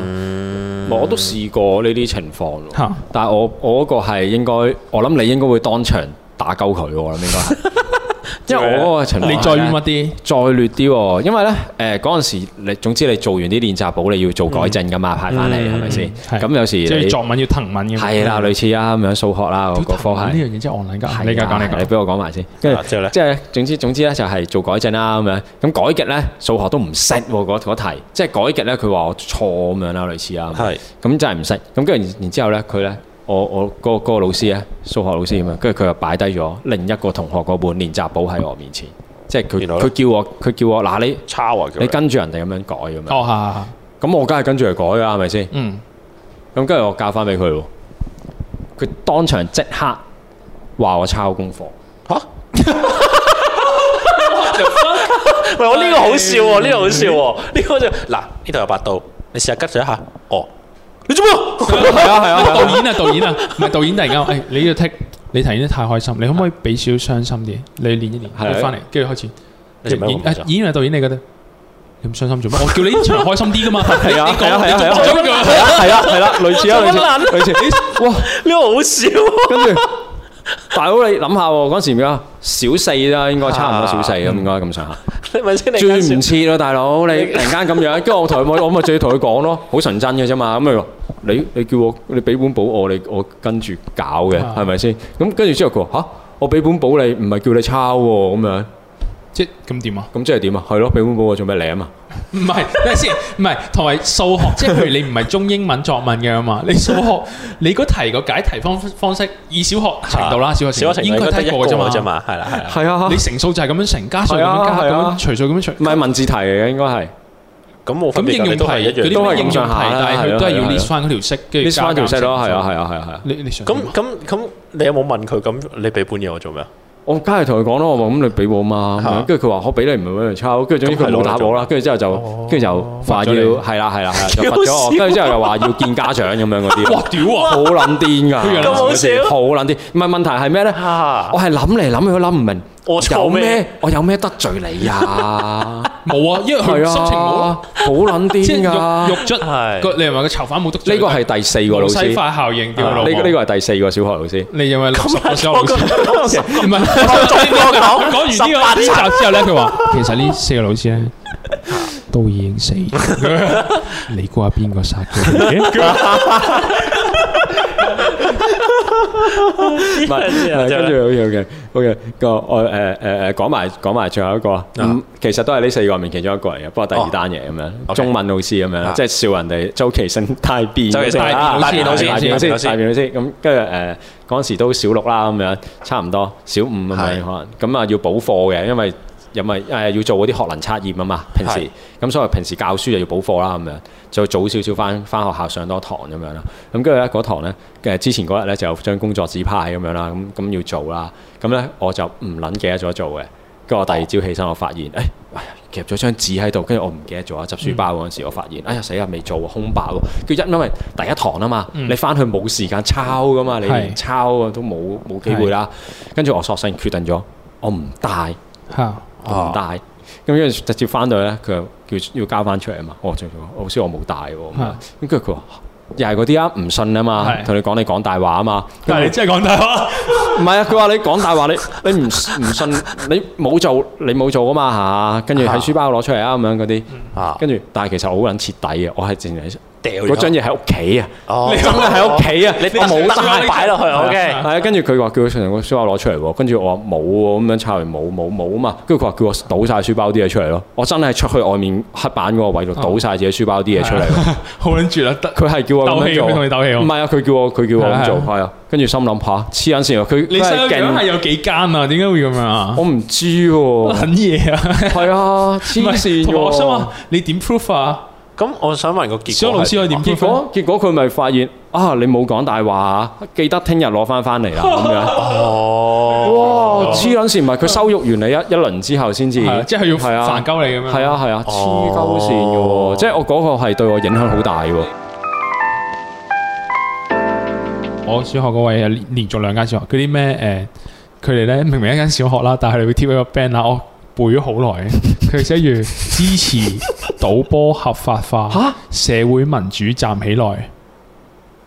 我都試過呢啲情況喎。嚇。但係啊我我嗰個係應該，我諗你應該會當場打鳩佢喎，我諗應 該係，因為我嗰個情況你再冤屈啲，再劣啲喎，因為咧誒嗰陣時你總之你做完啲練習簿，你要做改正噶嘛，派翻嚟係咪先？係咁有即時係你作文要騰文咁。係啦，類似啊咁樣數學啦嗰個科呢係。樣嘢真係 online 係㗎。你而家啊講你你講，俾我講埋先，跟住啊之後咧即係總之總之咧就係做改正啦咁樣，咁改極咧數學都唔識喎嗰嗰題，即係改極咧佢話我錯咁樣啦，類似啊咁樣係咁真係唔識。咁跟住然然之後咧，佢咧，我我嗰、個嗰個老師咧，數學老師咁樣，跟住佢又擺低咗另一個同學嗰本練習簿喺我面前，即係佢然後呢佢叫我佢叫我嗱你抄啊！叫你你跟住人哋咁樣改咁樣，哦嚇嚇嚇，咁我梗係跟住嚟改㗎，係咪先？嗯。咁跟住我教翻俾佢喎，佢當場即刻話我抄功課。嚇！喂，我呢個好笑喎，呢個好笑喎，呢個就嗱呢度有百度，你試下吉咗一下，哦，你做咩？係啊係啊係啊，導演啊，導演啊，唔係導演突然間，誒，你要剔，你突然間太開心，你可唔可以俾少少傷心啲？你練一練，係你翻嚟，跟住開始。 你做咩演咁講誒演員係啊導演嚟嘅啫，你咁傷心做乜？我叫你呢場開心啲噶嘛。係啊係啊係啊係係啊啊，係啦係啦，類似啊類似類似，哇！啊呢個好笑喎， 跟住 大佬你諗下喎，嗰陣時而家小四啦，應該差唔多小四咁，應該咁上下。你咪先你追跟唔住切咯，大佬你突然間咁樣，跟住我同佢 我我咪最同佢講咯，好純真嘅啫嘛，咁佢話你你叫我你俾本簿我，你我跟住搞嘅，啊係咪先？咁跟住之後佢話吓，我俾本簿你，唔係叫你抄喎，咁樣即係咁點啊？咁即係點啊？係咯，俾本簿我做咩舐啊？唔係，等下先，唔係同埋數學，即係譬如你唔係中英文作文嘅嘛，你數學你嗰題個解題方方式，以小學程度啦，小學小程學度應程度該得一睇過個嘅啫啫嘛。嘛，係啦係啦，係啊你乘數就係咁樣乘，加數咁樣加，係啊咁係啊樣除數咁樣除。唔係文字題嚟嘅，應該係咁冇分咁別應㗎，用你題都係一嗰樣啲都係咩應用咁上下題，但啦係係啊佢都係要係啊 list 翻嗰條式，跟住 list 翻條條式咯，係啊係啊係啊係啊。你你想咁咁咁，你有冇問佢咁？你俾本嘢我做咩啊？我梗係同佢講咯，我話咁你俾我嘛，咁嚇樣跟住佢話我俾你唔係俾人抄，跟住總之佢冇答我啦，跟住之後就跟住就話罰要咗你係啦係啦係啦，就幾好罰咗我，笑跟住之後又話要見家長咁樣嗰啲。 哇屌啊！好撚癲㗎，佢又咁好笑好撚癲。唔係問題係咩咧？啊我係諗嚟諗去都諗唔明，我錯有咩咩？我有咩得罪 你啊？冇啊，因為佢係心情冇啊啊，，好撚即係癲肉㗎。肉捽係個你話個囚犯冇得罪呢個係第四個老西師，呢化效應啊叫佢老母個呢個係第四個小學老 師。你認為六十個小學老師 咁啊唔係講講完呢個呢集之後咧，佢話其實呢四個老師咧都已經死咗，你估下邊個殺咗 佢啊嘅？唔係，之後係就跟住 OK OK OK 個我誒誒誒講埋講埋最後一個啊，嗯其實都係呢四個入面其中一個嚟嘅，不過第二單嘢咁樣， OK 中文老師咁樣，即係笑人哋周其勝大便周其勝啊大便老師大便老大便老師師大便老師咁，跟住誒嗰陣時都小六啦咁樣，差唔多小五咁樣係可能，咁啊要補課嘅，因為。因為誒要做嗰啲學能測驗啊嘛，平時咁所以平時教書就要補課啦咁樣，就早少少翻翻學校上多堂咁樣啦。咁跟住咧嗰堂咧誒之前嗰日咧就有張工作紙派咁樣啦，咁咁要做啦。咁咧我就唔撚記得咗做嘅，跟住我第二朝起身我發現，誒、哎呀夾咗張紙喺度，跟住我唔記得咗啊！執書包嗰陣時，我發現，嗯哎呀死啊，未做喎，空白喎。佢一因為第一堂啊嘛，嗯你翻去冇時間抄噶嘛，你連係抄啊都冇冇機會啦。跟住我索性決定咗，我唔帶。啊嚇唔帶，咁跟住直接翻到咧，佢又叫要交翻出嚟啊嘛。我仲老師我冇帶喎，咁係啊咁跟住佢話又係嗰啲啊，唔信啊嘛，係同你講你講大話啊嘛。但係你真係講大話，唔係啊，佢話你講大話，你 你唔唔信，你冇做，你冇做啊嘛嚇。跟住喺書包攞出嚟啊咁樣嗰啲，啊，跟住但係其實我好撚徹底嘅，我係淨係掉咗嗰張嘢喺屋企啊，哦真係喺屋企啊，你我冇特帶登擺落去係，OK，啊，跟住佢話叫佢成個書包攞出嚟喎，跟住我話冇喎，咁樣抄完冇冇冇啊嘛，跟住佢話叫我倒晒書包啲嘢出嚟咯，我真係出去外面黑板嗰個位度倒晒自己書包啲嘢出嚟喎， 好撚住啦，得佢係叫我咁鬥氣樣做咁，同你鬥氣唔喎。係啊，佢叫我佢叫我咁做係，係係啊，跟住心諗下黐緊線喎，佢你佢細係個樣係勁，有幾奸啊？點解會咁樣啊？我唔知 喎，狠嘢啊！係啊，黐唔係線同埋我想話喎，你點 proof 啊？咁我想問個結小學果老係師可以點結 proof？啊果結果佢咪發現啊，你冇講大話啊，記得聽日攞翻翻嚟啦啊咁樣。 哦，哇！黐撚線，唔係佢羞辱完你一一輪之後先至係啊，即係要係啊煩鳩你咁樣。係啊係啊，黐鳩線嘅哦喎，即係我嗰個係對我影響好大嘅喎。我小學嗰位啊，連連續兩間小學，嗰啲咩誒，佢哋咧明明一間小學啦，但係佢哋會貼一個 band 啦，我背咗好耐嘅，佢寫住支持賭波合法化，社會民主站起來。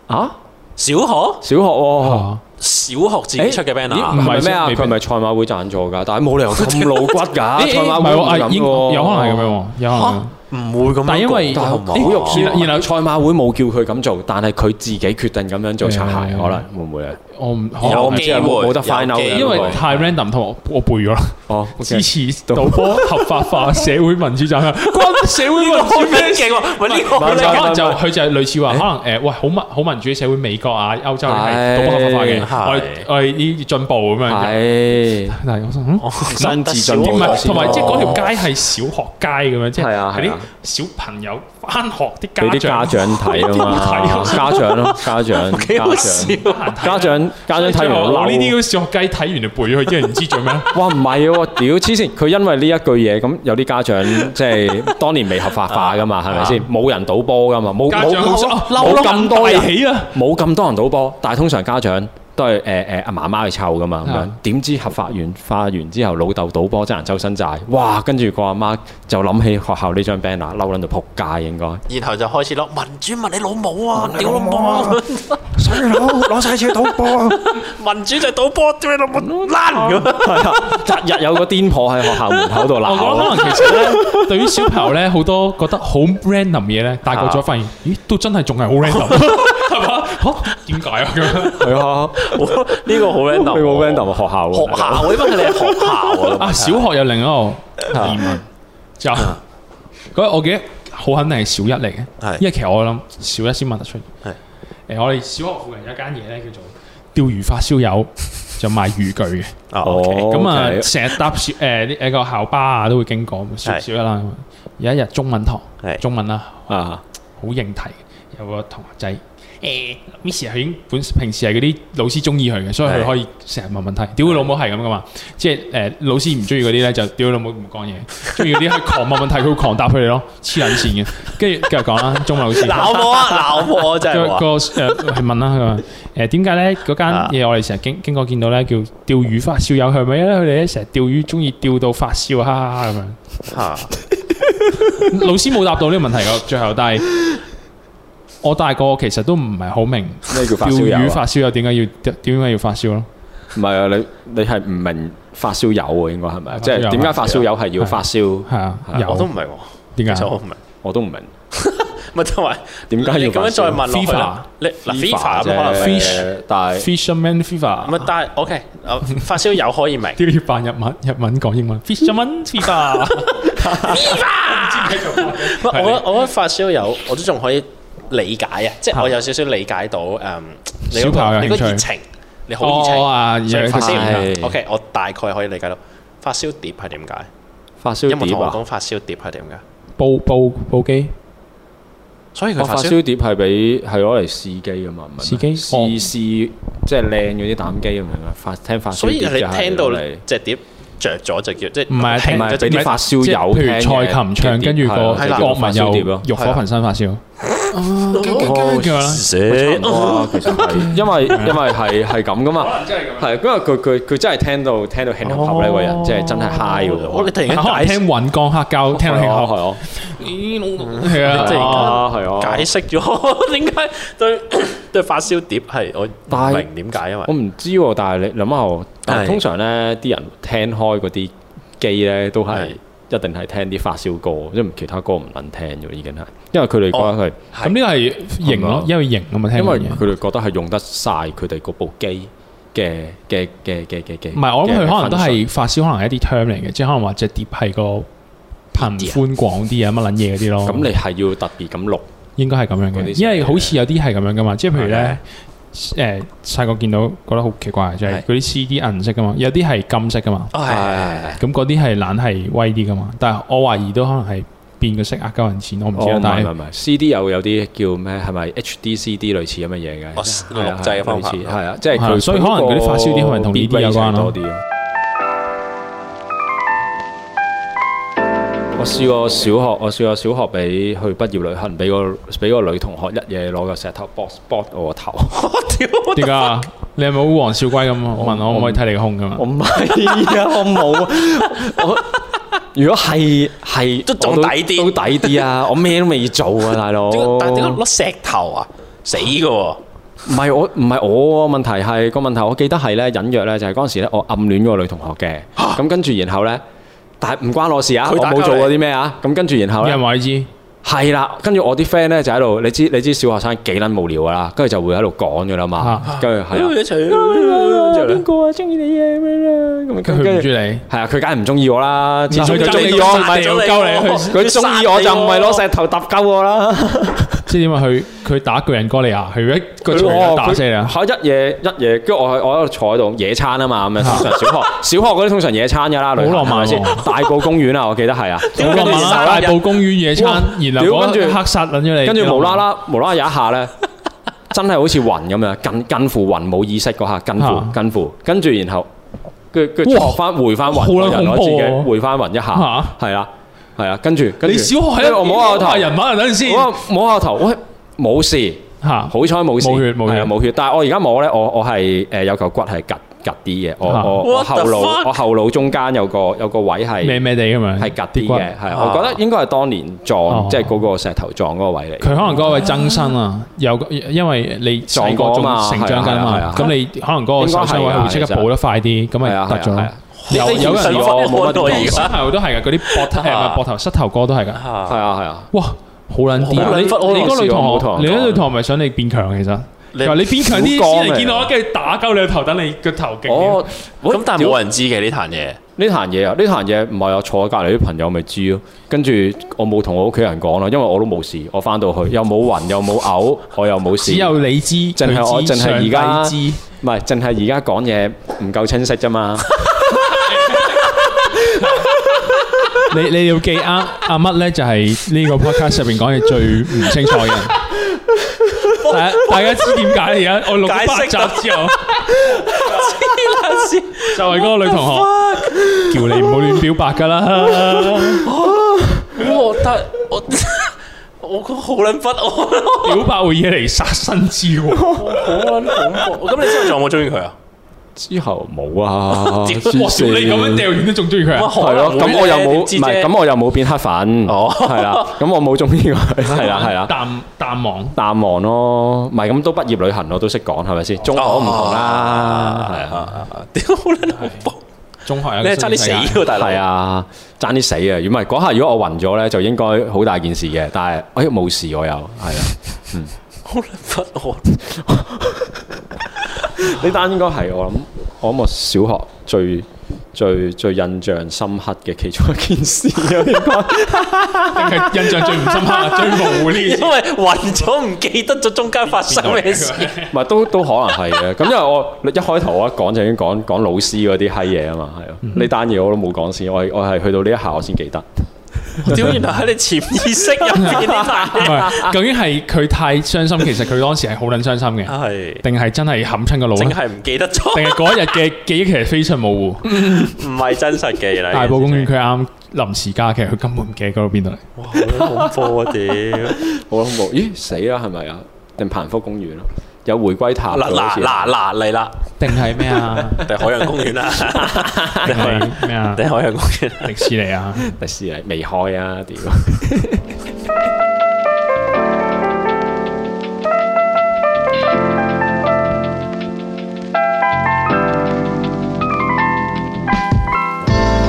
啊，小學小學喎，啊小學自己出嘅 banner 咦啊唔係咩啊？未必佢咪賽馬會贊助㗎，但係冇理由咁露骨 㗎。咦賽馬唔會係唔喎啊會已經有咁喎可能係咁樣喎，有可能。唔會咁樣講㗎，但係因為但係好唔好好肉酸啊。然然後後賽馬會冇叫佢咁做，但係佢自己決定咁樣做擦鞋，嗯可能會唔會啊？我唔可有我唔能知啊，機會冇冇得 find 有 out 機會嘅因為嗰個太 random 同埋我我背咗啦。哦，OK，支持賭波合法化，社會民主站起來，關社會民主咩事？勁喎，喂呢可個唔係唔係能就佢就係類似話，可能誒喂好民好民主嘅社會，美國啊、歐洲係係賭波合法化嘅，係我哋我哋呢啲進步咁樣嘅。係哦但係我想，嗯新自進唔步係同埋即係嗰條街街係小學街咁樣，即係係啊係係啲啊小朋友翻學俾啲啲家家長長睇啊嘛，家長咯，家長，幾家好長。笑啊。家長家長睇所以最後完啊我好呢啲嬲，咁小學雞睇完就背咗佢，之後唔知 做咩。哇唔係喎，屌黐線！佢因為呢一句嘢，咁有啲家長即係當年未合法化 噶嘛，係咪先？冇人賭波噶嘛，冇啊家長好冇想哦冇啊咁多大人，喜啊！冇咁多人賭波，但係通常家長都係誒誒阿媽媽去湊噶嘛，咁樣啊點知合法完化完之後，老豆賭波真人周身債，哇！跟住個阿媽就諗起學校呢張 banner，嬲撚到仆街應該。然後就開始攞民主問你老母啊，屌老母啊！衰佬攞晒錢賭 波。民主就賭波，屌你老母爛咁啊！係啊，日日有個癲婆喺學校門口度鬧我覺得咯可。能其實咧， 對於小朋友咧，好多覺得好 random 嘢咧，大個啊咗發現，咦，都真係仲係好 random，係嘛？嚇點解啊？咁樣係啊，哇 呢個好 random，佢冇喎 random 啊學校喎學校喎，因為佢哋係學校啊。啊，小學有另一個疑問，就嗰日我記得好肯定係小一嚟嘅係，因為其實我諗小一先問得出。係誒，我哋小學附近有一間嘢咧，叫做釣魚發燒 友，就賣漁具嘅。啊哦 OK 咁啊 OK，成日搭小誒啲誒個校巴啊，都會經過小係小一啦。咁啊有一日中文堂，係中文啦。啊，好應題，有個同學仔。誒，Miss 佢已經本平時係嗰啲老師中意佢嘅，所以佢係可以成日問問題。屌佢老母係咁噶嘛，即係誒老師唔中意嗰啲咧，就屌佢老母唔講嘢；中意嗰啲係狂問問題，佢會狂答佢哋咯，黐撚線嘅。跟住繼續講啦，中文老師。 鬧我啊！鬧我啊！真係個話個誒係問啦，佢話誒點解咧嗰間啊嘢我哋成日經經過見到咧叫釣魚發燒友係咪咧？佢哋咧成日釣魚中意釣到發燒，哈哈哈咁樣。嚇老師冇答到呢個問題㗎，最後，但係我大個其實都唔係好明咩叫發釣燒友魚啊？發燒友點解要點解要發燒咯？唔係啊，你你係唔明發燒友喎？應該係咪啊？發燒即友係點解發燒友係要發燒？係啊，係啊我有都唔明喎，點其解實我唔明。我都唔明。啊咪同埋點解要你咁樣再問落去咧 FIFA？你嗱 FIFA 咁啫可能 Fish 但係？Fisherman 唔 fever，係，但係 OK，啊發燒友可以明。點解要扮日文日文講英文？Fisherman fever，唔係我覺得我覺得發燒友我都仲可以理解啊，即係我有少少理解到誒，你小嗰朋友個有你嗰個興趣熱情，你好熱哦情。啊，所以有發發燒燒係唔 OK，我大概可以理解到發燒碟係點解？發有燒冇碟同我啊？講發燒碟係點解？煲煲煲機所以我佢哦發發燒燒碟係俾係攞嚟試機噶嘛？唔係試機哦試試即係靚嗰啲膽機咁樣啊！發聽發燒所以碟你就係聽到攞嚟隻碟着咗就叫即係唔係聽聽唔咗係就俾啲發燒即係譬友聽如嘅蔡琴唱，跟住個係啦樂發文燒碟咯又。欲火焚身發燒，哦寫哇，哦其實 係因為因為係係咁噶嘛，係因為佢佢佢真係聽到聽到輕合呢個人，即係真係 high 㗎我哦喎你突然間可能解聽釋雲降黑膠，聽到聽係下啊係啊係啊，即係啊係啊，解釋咗 點解對 對發燒碟係我但唔係明點解，啊因為我唔知喎，但係你諗下喎，但係係通常咧啲人聽開嗰啲機咧，都係係一定係聽啲發燒歌，因為其他歌唔撚聽咗已經係，因為佢哋覺得係，咁呢個係型咯，因為型啊哦嘛，聽因為完嘢。佢哋覺得係用得晒佢哋嗰部機嘅嘅嘅嘅嘅嘅。唔係，我諗嘅佢可能都 function 係發燒，可能係一啲 term 嚟嘅，即係可能話隻碟係個頻寬廣啲啊，乜撚嘢嗰啲咯。咁你係要特別咁錄，應該係咁樣嗰嘅，啲因為好似有啲係咁樣噶嘛，即係譬如咧，誒細個見到覺得好奇怪，就係係嗰啲 CD 銀色噶嘛，有啲係金色噶嘛，哦係係係咁嗰啲係懶係威啲噶嘛，但係我懷疑都可能係變個色呃鳩人錢，我唔哦知啊唔，係但唔係係唔係，CD 有有啲叫咩？係咪 HD CD 類似咁嘅嘢嘅？哦係啊錄製嘅方法類似係啊，即係係啊佢所以可能嗰啲發燒啲可能同呢啲有關咯多啲啊。我試過小學，我試過小學俾去畢業旅行，俾個俾個女同學一嘢攞個石頭 box box 我個 頭。我屌我點解啊？你係咪好黃少龜咁啊？我問我我可唔可以睇你個胸噶嘛我？唔係啊，我冇啊，我如果係係都仲我抵啲都抵啲啊！我咩都未做啊，大佬點解。但係點解攞石頭啊？死嘅喎！唔係我唔係我喎，問題係個問題，我記得係咧隱約咧，就係嗰陣時咧，我暗戀嗰個女同學嘅，咁跟住然後咧，但係唔關我事啊，佢我打冇交做過你啲咩啊，咁跟住然後有咧人。話你知，係啦，跟住我啲 friend 咧就喺度，你知你知小學生幾撚無聊噶啦，跟住就會喺度講噶啦嘛啊，跟 住係啊，一齊啊之後咧邊個啊中意你啊咁樣啦，咁佢跟唔住中意你，係啊，佢梗係唔中意我啦，佢佢中中意意咗我唔係殺咗你哦屌鳩你喎佢佢中意我就唔係攞石頭揼鳩我啦。即係點啊？佢佢打巨人哥利亞，佢一個哦錘打死你啊！嚇一夜一夜，跟住我喺我喺度坐喺度野餐啊嘛，咁樣通常小學小學嗰啲通常野餐噶啦，旅行好浪漫喎係咪先大埔公園啊，我記得 係啊，好浪漫啦！大埔公園野餐哇，然後屌嗰跟一住刻殺撚咗你，啊跟住無啦啦無啦啦有一下咧，真係好似暈咁樣，近近乎暈冇意識嗰下，近乎啊近乎，跟住然後跟跟住哇坐翻回翻好暈，撚個人我自恐怖喎己回翻暈一嚇下，係啦係啦，跟住跟住你小學係跟啊住我摸下個頭下，人馬，等陣先我摸下個頭，喂冇事。嚇。好彩冇事，冇血冇血係啊冇血。但係我而家摸咧，我我係誒有嚿骨係趌趌啲嘅，我啊我我 What 後 the 腦 fuck？我後腦中間有個有個位咩係咩地咁樣，係趌啲骨嘅，係我覺得應該係當年哦撞即係嗰個石頭撞嗰個位嚟。佢可能嗰位增生啊，有個因為你細個仲成長緊撞過嘛係啊係嘛啊，咁你可能嗰個受傷位會即刻補得快啲，咁咪係啊突咗係咯啊。有有人人有我冇乜我點而膝家頭都係㗎，嗰啲膊 頭誒唔係膊頭膝頭哥都係㗎。係嚇，啊係啊，哇，好撚癲好啊！撚你忽我你嗰嗰陣女時我冇同同學，人你嗰講女同學咪想你變強其實，你佢話你變強啲苦先幹嚟嚟見我，跟住打鳩你個頭，等你個頭勁啲。哦，喂咁但係冇人知嘅呢壇嘢。呢壇嘢啊，呢壇嘢唔係啊，坐喺隔離啲朋友咪知咯。跟住我冇同我屋企人講啦，因為我都冇事，我翻到去又冇暈又冇嘔，我又冇事只。有你知，淨淨係我淨係而家知，你唔係，淨係而家講嘢唔夠清晰啫嘛。你要記啱啊阿乜咧，就係呢個 podcast 入邊講嘢最唔清楚嘅 人。大家大家知點解而 家我錄咗八集之後，就係嗰個女同 學叫你唔好亂表白噶 啦，我覺得 我我覺得好撚不安咯，表白會惹嚟殺身之禍。好撚恐怖。咁你之後仲有冇中意佢啊？之後冇啊，屌黐哇！屌你咁樣線掉完都仲中意佢啊？係咯，咁我又冇，唔知啫係咁我又冇變黑粉，哦係啦，咁我冇中意佢，係啦係啦，淡淡忘。淡忘咯，唔係咁都畢業旅行我都識講係咪先？中學我唔同啦，係啊。啊！ 屌好撚恐怖，中學有你個係差啲死新世界喎，大佬係。啊，爭啲死啊！如果唔係嗰下，如果我暈咗咧，就應該好大件事嘅。但係，哎冇事我又係啊，好撚不安。呢單應該係我諗，我諗我小學最最最印象深刻嘅其中一件事啊，應該。定 係啊印象最唔深刻、最模糊呢件因 事。為暈咗唔記得咗中間發生咩事，唔係都都可能係嘅，咁因為我一開頭我一講就已經講講老師嗰啲閪嘢啊嘛，係啊，嗯呢單嘢我都冇講先，我係我係去到呢一下我先記得， 屌原來喺你潛意識入邊唔呢壇嘢係，究竟係佢太傷心，其實佢當時係好撚傷心嘅， 係，定係真係冚親個腦淨咧？係唔記得咗 定，係嗰一日嘅記憶其實非常模糊。唔係真實嘅原來。大埔公園佢啱臨時假期，佢根本唔記得嗰度邊度嚟。哇，好恐怖啊！屌，嗱好恐怖，咦死啦係咪啊？定彭福公園咯，有回歸塔㗎 好嗱似嗱嗱嚟啦，定係咩啊？ 定海洋公園 啦， 定係咩啊？ 定海洋公園。迪士尼 啊？迪士尼未開啊，屌！哦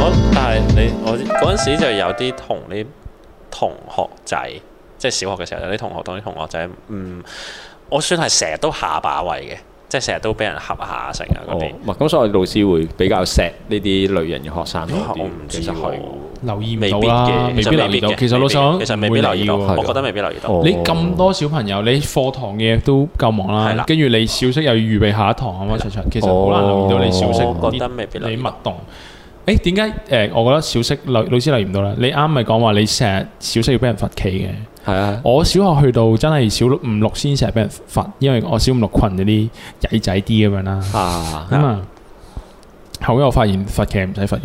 我但係你我嗰陣時就有啲同啲同學仔，即係小學嘅時候有啲同學當啲同學仔，嗯，我算係成日都下把位嘅，即係成日都俾人恰下成啊哦，嗰啲。唔係咁，所以老師會比較錫呢啲類型嘅學生哦咦多我啲唔。知其實係喎喎。留意唔未到必啦，嘅，未必留意到。嘅其實老實講，未必其實未必唔留會意到，喎係我覺得未必留意到。哦你咁多小朋友，你課堂嘅嘢都夠忙係啦啦，跟住你小息又要預備下一堂啊嘛，長長其實好難留意到你小息哦我覺啲得未必留你意密到。動。誒點解誒？我覺得小息老老師留意唔到啦。你啱咪講話你成日小息要俾人罰企嘅。係啊，我小學去到真係小六五六先成日俾人罰，因為我小五六群嗰啲曳仔啲咁樣啦。啊，咁啊，後尾我發現罰企係唔使罰嘅。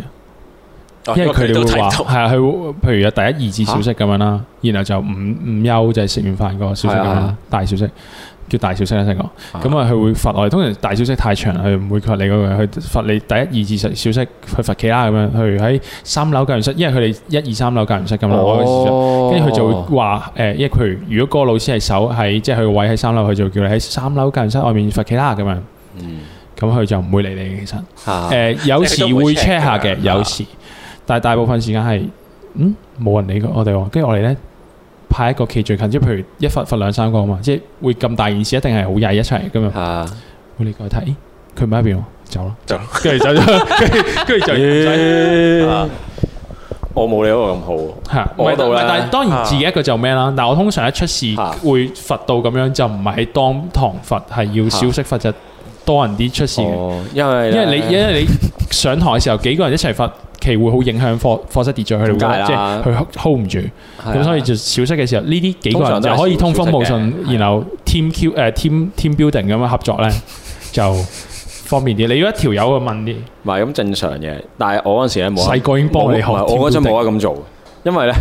哦因為佢哋都會睇話到係啊，佢會譬如有第一二次小息咁樣啦，然後就午午休就係食完飯個小息咁樣係啊係啦啊，大小息叫大小息啦，成講啊咁啊，佢會罰我哋。通常大小息太長，佢唔會罰你嗰個，佢罰你第一二次小息去罰企啦咁樣。譬如喺三樓教員室，因為佢哋一二三樓教員室咁啦，哦我嘅小息哦跟住佢就會話誒，因為佢如果嗰個老師係守喺即係佢個位喺三樓，佢就叫你喺三樓教員室外面罰企啦咁樣。咁佢就唔會理你嘅，其實。啊誒呃有時即係佢都會會 check check 下嘅，㗎有時，但係大部分時間係嗯冇人理佢我哋喎，跟住我哋咧派一個企最近，即係譬如一罰罰兩三個啊嘛，即係會咁大件事，一定係好曳一齊咁樣。啊，我哋過去睇，咦佢唔喺邊喎，走啦，走啦，跟住走咗，跟住跟住就唔使啊我冇你嗰個咁好喎。嚇唔我係度唔係咧但係當然自己一個就咩啦。但我通常一出事啊會罰到咁樣，就唔係喺當堂罰，係要小息罰就多人啲出事嘅。哦，因為因為你因為你上堂嘅時候幾個人一齊罰企會好影響課課室秩序，佢哋會梗係啦啊即係佢 hold 唔住，咁所以就小息嘅時候，呢啲幾個人通常都就係可以通風報小息信，嘅啊然後 team Q 誒 team team building 咁樣合作咧， 就方便啲。你要一條友去問啲，唔係咁正常嘅，但係我嗰陣時咧冇啊細個已經幫你學冇唔係我嗰陣 team building 冇得啊咁做，因為咧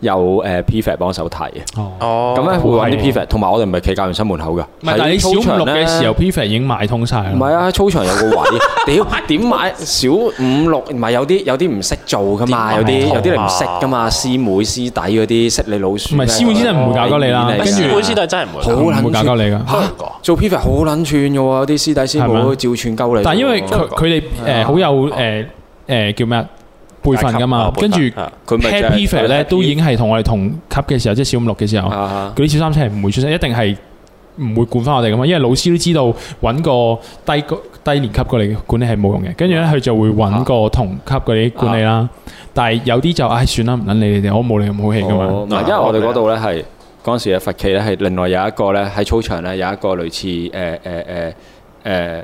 有呃誒 PFA 幫手睇嘅，哦，哦，咁咧會揾係啲 PFA，同埋我哋唔係企教員室門口㗎，唔係，但係你喺小操場五六嘅咧時候嗯 p f a 已經買通晒啦，唔係啊，喺操場有個 位，屌點買小五六？唔係有啲有啲唔識做噶嘛，有點買啲啊有啲你唔識噶嘛，師妹師弟嗰啲識你老鼠唔咩。係師妹師弟唔會搞鳩你啦哦跟住師妹師弟真係唔會好搞唔撚會搞鳩你㗎。嚇做 P.V. 好撚串嘅喎，有啲師弟師係妹咪照串鳩你。但係因為佢佢哋誒啊好有誒誒叫咩啊輩分㗎嘛，跟住啊佢咪 head 就 p f a 係咧都已經係同我哋同級嘅時候，即係小五六嘅時候。啊嗰啲小三車係唔會出聲，一定係唔會管翻我哋噶嘛，因為老師都知道揾個低個低年級過嚟管理係冇用嘅，跟住咧佢就會揾個同級嗰啲管理啦。但係有啲就唉算啦，唔撚理你哋，我冇你咁好氣哦噶嘛。唔係因為我哋嗰度咧係嗰陣時嘅罰企咧係另外有一個咧喺操場咧有一個類似呃誒誒誒誒呃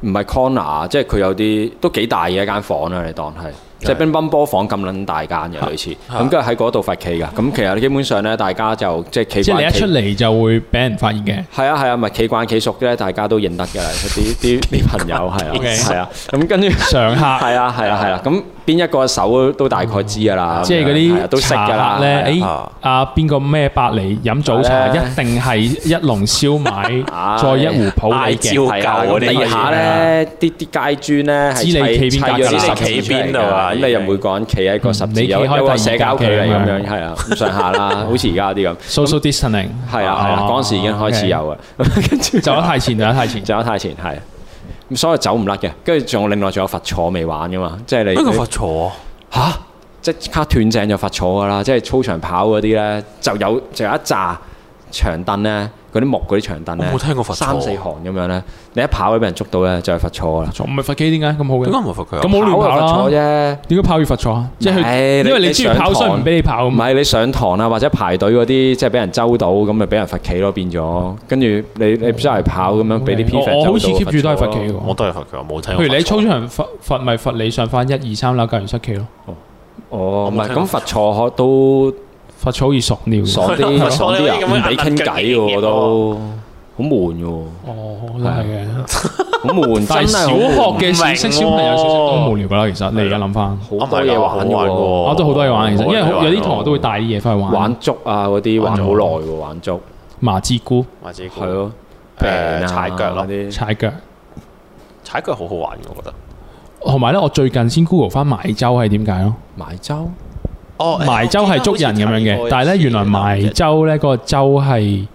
唔係 corner，即係佢有啲都幾大嘅一間房啦，你當係。即係乒乓波房咁撚大間嘅類似，嚇咁跟住喺嗰度罰企㗎。咁其實基本上咧，大家就即係企即係你慣一企出，嚟就會俾人發現 嘅。係啊係啊，咪企慣企熟咧，大家都認得㗎啦。啲 啲啲朋友係啊 OK 係啊，咁跟住。常客係啊，係啊，係啊，咁邊一個手都大概知㗎啦，即係嗰係啊都啲識㗎茶啦，客咧，係啊誒啊阿邊個咩伯嚟飲早茶，係一咧定係一籠燒賣 唉，再一壺普洱嗌嘅招。係啊舊嗰啲咁地下咧，啲啲街磚咧係知你砌企砌邊格㗎咗啦啲十知字你企出嚟邊度啊已㗎咁經你又每個人企喺個十嗯字你企有開有個第二社交格距嘅離咁咁樣，係啊，咁上下啦，好似而家啲咁， social distancing 哦係啊係啊，嗰陣時已經開始有啊， 跟住走得太前，走得太前。走得太前係。啊咁所以走唔甩嘅，跟住仲有另外仲有罰坐未玩噶嘛，即係你邊個你罰啊坐？吓，即刻斷正就罰坐噶啦！即係操場跑嗰啲咧，就有就有一扎長凳咧，嗰啲木嗰啲長凳咧，我冇聽過罰坐三四行咁樣咧，你一跑咧俾人捉到咧，就係罰坐噶啦。唔係罰企點解咁好嘅點解？唔會罰佢啊？咁冇亂跑跑啊罰坐啦。啫，點解跑要罰坐啊？即係唉佢，你因為你你中意跑，上堂所以唔俾你跑唔咁。係你上堂啊或者排隊嗰啲，即係俾人周到咁，咪俾人罰企咯，變咗。跟住你你周圍跑咁樣，俾啲 P 我 f 哦我好似啊 keep 住都係罰企嘅我喎。都係罰佢，我冇聽過。譬如你喺操場罰罰，咪罰你上翻一二三樓教員室企咯。哦，我唔冇係聽過咁罰坐可都罰草易爽尿嘅。啊爽啲，爽啲啊！唔俾傾偈嘅喎都。好悶嘅喎，哦，都係嘅。好悶，但係啊真係小好悶學嘅小識小朋友小息都好無聊噶啦，其實你而家諗翻，好啊唔多係㗎嘢好玩玩喎，喎啊我都好多嘢玩其實，啊因為好多嘢玩有啲同學都會帶啲嘢翻去玩，玩竹啊嗰啲玩好耐喎，玩竹麻枝菇、或者係咯，平誒啊踩腳咯嗰，啲，踩腳。踩腳好好玩嘅，我覺得。同埋咧，我最近先 Google 翻埋州係點解咯？埋洲哦埋州係捉人咁樣嘅，但係咧原來埋州咧個州係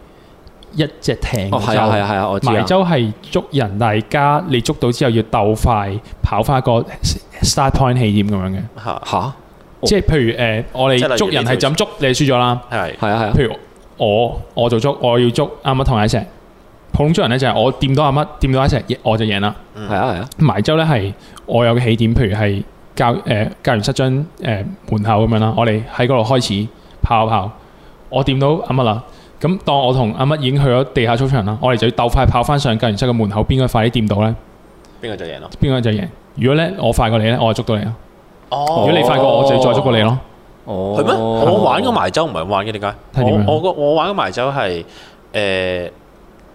一隻艇哦嘅係啊係州，啊係啊，我知埋啊，州係捉人，大家你捉到之後要鬥快跑翻個 start point 起點咁樣嘅，嚇嚇即係譬如誒我即係例如哋捉人係就咁捉，你就輸咗啦。係係啊係啊，譬如我我做捉，我要捉阿乜同阿石，普通捉人咧就係我掂到阿乜掂到阿石，我就贏啦。係啊係啊，埋州咧係我有個起點，譬如係教誒、呃教員室張誒、呃、門口咁樣啦，我哋喺嗰度開始跑跑，我掂到阿乜啦，咁當我同阿乜已經去咗地下操場啦，我哋就要鬥快跑翻上教員室嘅門口，邊個快啲掂到咧，邊個就啊贏咯？邊個就贏。如果咧我快過你咧，我就捉到你咯；啊哦如果你快過我，就要再捉過你咯。哦係咩？我玩個埋州唔係玩嘅，點解？係點樣啊我我個我玩個埋州係誒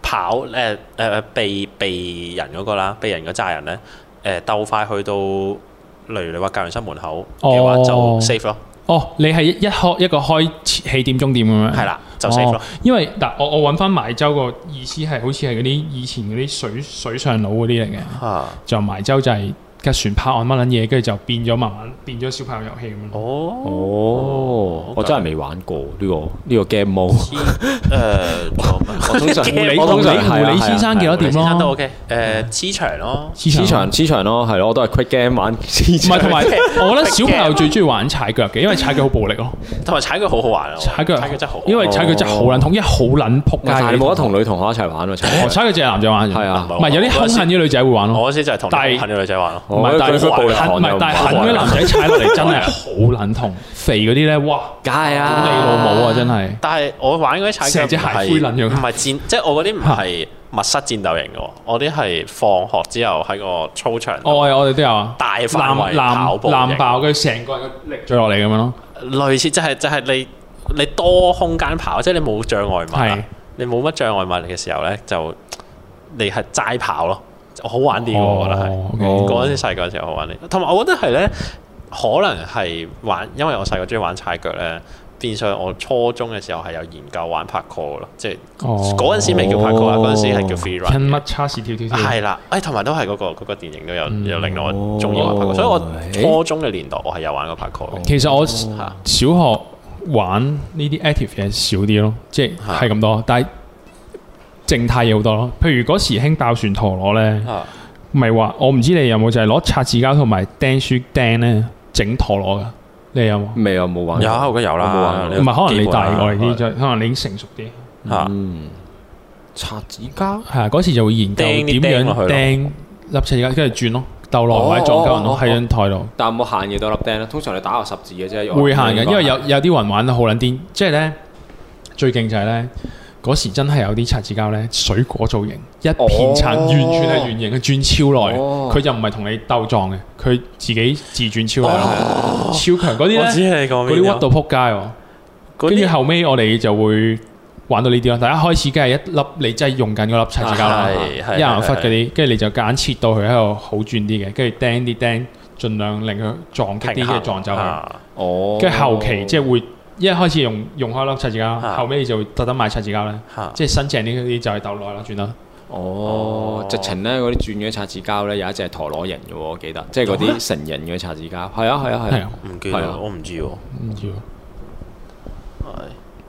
跑誒誒誒避避人嗰個啦，避人嗰扎人咧誒鬥快去到，例如你話教員室門口嘅話哦就 safe 咯，哦，你係一一開一個開起點終點咁樣。係啦，就 safe 咯哦。因為嗱，我我揾翻埋州個意思係好似係嗰啲以前嗰啲水水上佬嗰啲嚟嘅。嚇就埋州就係架船泊岸乜撚嘢，跟住就變咗慢慢變咗小朋友遊戲咁樣咯。哦哦，我真係未玩過呢個呢個 game mode。 誒仲有咩我通常狐狸我狐通常係狸狐啊狸先生幾多點先生都咯？ OK，誒黐牆咯，市黐場黐場咯，係咯，我都係 quick game 玩黐唔場。係同埋，我覺得小朋友最中意玩踩腳嘅，因為踩腳好暴力咯。同埋踩腳好好玩啊！踩腳踩腳真係好好玩，因為踩腳就好撚痛，因為好撚撲街但係嘅。你冇得同女同學一齊玩喎，真係哦踩腳只係男仔玩嘅，係啊唔係有啲兇狠啲女仔會玩咯。我嗰時就係同但係啲朋友女仔玩咯。唔係，但係佢暴力狠唔行係，但係狠嗰啲男仔踩落嚟真係好撚痛，肥嗰啲咧，哇！梗係屌啊，你老母啊，真係但係我玩嗰啲踩腳成隻唔係鞋灰撚樣唔係戰，即係我嗰啲唔係密室戰鬥型嘅喎，我啲係放學之後喺個操場我我哋都有啊，大範攬圍跑攬步攬型，爆佢成個人嘅力墜落嚟咁樣咯。類似即係即係你你多空間跑，即係你冇障礙物啊係，你冇乜障礙物嘅時候咧，就你係齋跑咯，好玩啲嘅喎我覺得係。哦，OK 哦嗰陣時細個嘅時候好玩啲，同埋我覺得係咧，可能係玩，因為我細個中意玩踩腳咧，變相我初中嘅時候係有研究玩拍 call 咯，即係哦嗰陣時未叫拍 call 啊，哦嗰陣時係叫 free 人 run 物嘅。測試跳跳跳，係啊啦，哎誒同埋都係嗰個嗰個電影都有嗯哦有令到我中意玩拍 call，所以我初中嘅年代我係有玩過拍 call 嘅。其實我嚇小學玩呢啲 active 嘢少啲咯，即係嚇係咁多，但係靜態嘢好多咯。譬如嗰時興爆旋陀螺咧，啊咪話我唔知你有冇就係攞擦紙膠同埋釘書釘咧整陀螺噶，你有冇？未哦有啊冇玩過？有啊嘅有我冇玩啦，過唔係可能你大我哋啲，嚇就可能你已經成熟啲。啊嚇嗯，擦紙膠係啊，嗰時就會研究釘點啲釘樣落去咯釘粒擦紙膠，跟住轉咯，鬥落或者撞鳩人哦哦咯，哦喺張台度。但有冇限嘢到粒釘咧？通常你打個十字嘅啫，會行嘅，因為有有啲人玩得好撚癲，即係咧最勁就係咧嗰時真係有啲擦紙膠咧水果造型，一片擦哦完全係圓形嘅，轉超耐，哦佢就唔係同你鬥撞嘅，佢自己自轉超耐咯，超強嗰啲哦我知咧，你嗰講啲邊屈到撲街喎，嗰跟住啲後尾我哋就會。玩到呢啲咯，但一開始梗係一粒你真係用緊嗰粒擦紙膠啦啊，係係一眼忽係係嗰啲，跟住你就揀切到佢喺度好轉啲嘅，跟住釘啲釘，盡量令佢撞擊啲，平跟住衡撞走佢。啊哦，跟住後期即係會一開始用用開粒擦紙膠，啊後尾你就會特登買擦紙膠咧，啊嚇即係新淨啲嗰啲就係鬥耐啦，轉啦。哦，直情咧嗰啲轉嘅擦紙膠咧有一隻係陀螺形嘅喎，我記得，即係嗰啲成人嘅擦紙膠。係啊係啊係啊係啊，，啊唔記得係啊我唔知喎。唔知喎係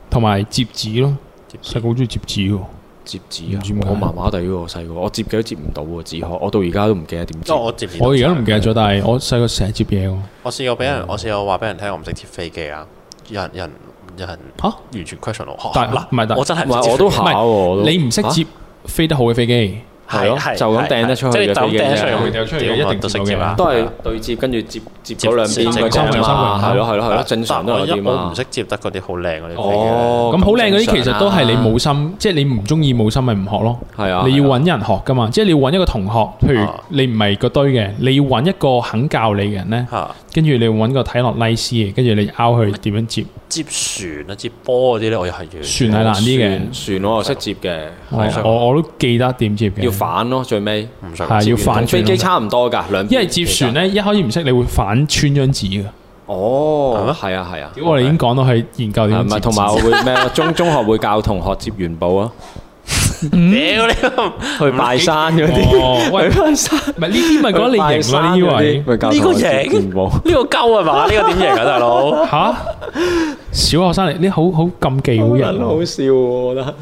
同埋摺紙咯，摺紙細個好中意摺紙喎。摺紙唔知點啊，解我麻麻地喎，我細個我摺嘅都摺唔到喎紙殼，我到而家都唔記得點因為摺。我接我而家都唔記得咗，但係我細個成日摺嘢喎。我試過俾人，我試過話俾人聽，我唔識貼飛機啊！有人有人有人嚇完全 question 我，嚇但嗱唔係但我真係唔識係貼我都飛機考唔係喎，我都你唔識啊摺飛得好嘅飛機，係咯係就咁掟得出去嘅即係就咁飛機掟啫出去，掉出去屌一定我接都識啊到嘅接啦，都係對接，跟住接接嗰兩邊嘅接啫正常嘛，係咯係咯係係咯，正常都有啲我嘛唔。識接得嗰啲好靚嗰啲飛機哦，咁好靚嗰啲其實都係你冇正心，即係你唔中意冇心咪唔學咯。常啊，係啊，你要揾人學噶嘛，即係你要揾一個同學，譬如啊你唔係個堆嘅，你要揾一個肯教你嘅人咧。嚇跟住你會揾個睇落拉絲嘅，跟住你拗佢點樣接，接船啊、接波嗰啲咧，我又係完船全係難啲嘅哦船船我又識接嘅，啊我係我我都記得點接嘅，要反咯最尾，唔想係接要反同飛轉機咯，差唔多㗎，兩邊因為接船咧一開始唔識，你會反穿張紙嘅。係哦咩，係啊係啊，屌我哋已經講到去研究點係樣接咪同埋我會咩咯？中中學會教同學接元寶 啊，屌你！去拜山嗰啲，哦，喂， 去拜山。唔係呢啲咪覺 得你贏咯？呢啲位呢呢個型，呢個鳩啊 嘛？呢個點型啊，大佬？吓？小學生嚟，呢好好禁忌好人啊喎。笑喎，我覺得。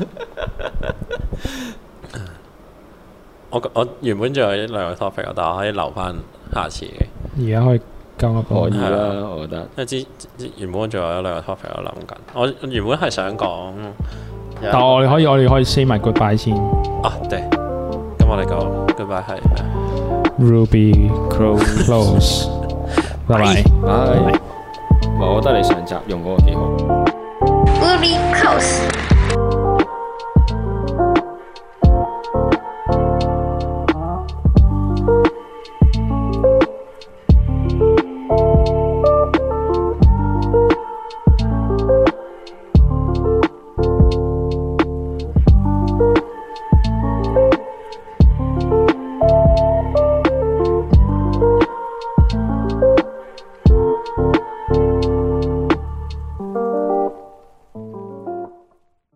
我我原本仲有一兩個 topic，但我可以留翻下次嘅，而家可以交一可個以係啦啊，我覺得。因為之之原本仲有一兩個 topic 我諗緊，我原本係想講有一個，但我哋可以，我哋可以 say 埋 goodbye 先。啊，對，咁我哋個 goodbye 係咩啊？ Ruby close，拜拜。唉，唔係我覺得你上集用嗰個幾好。 Ruby Coast.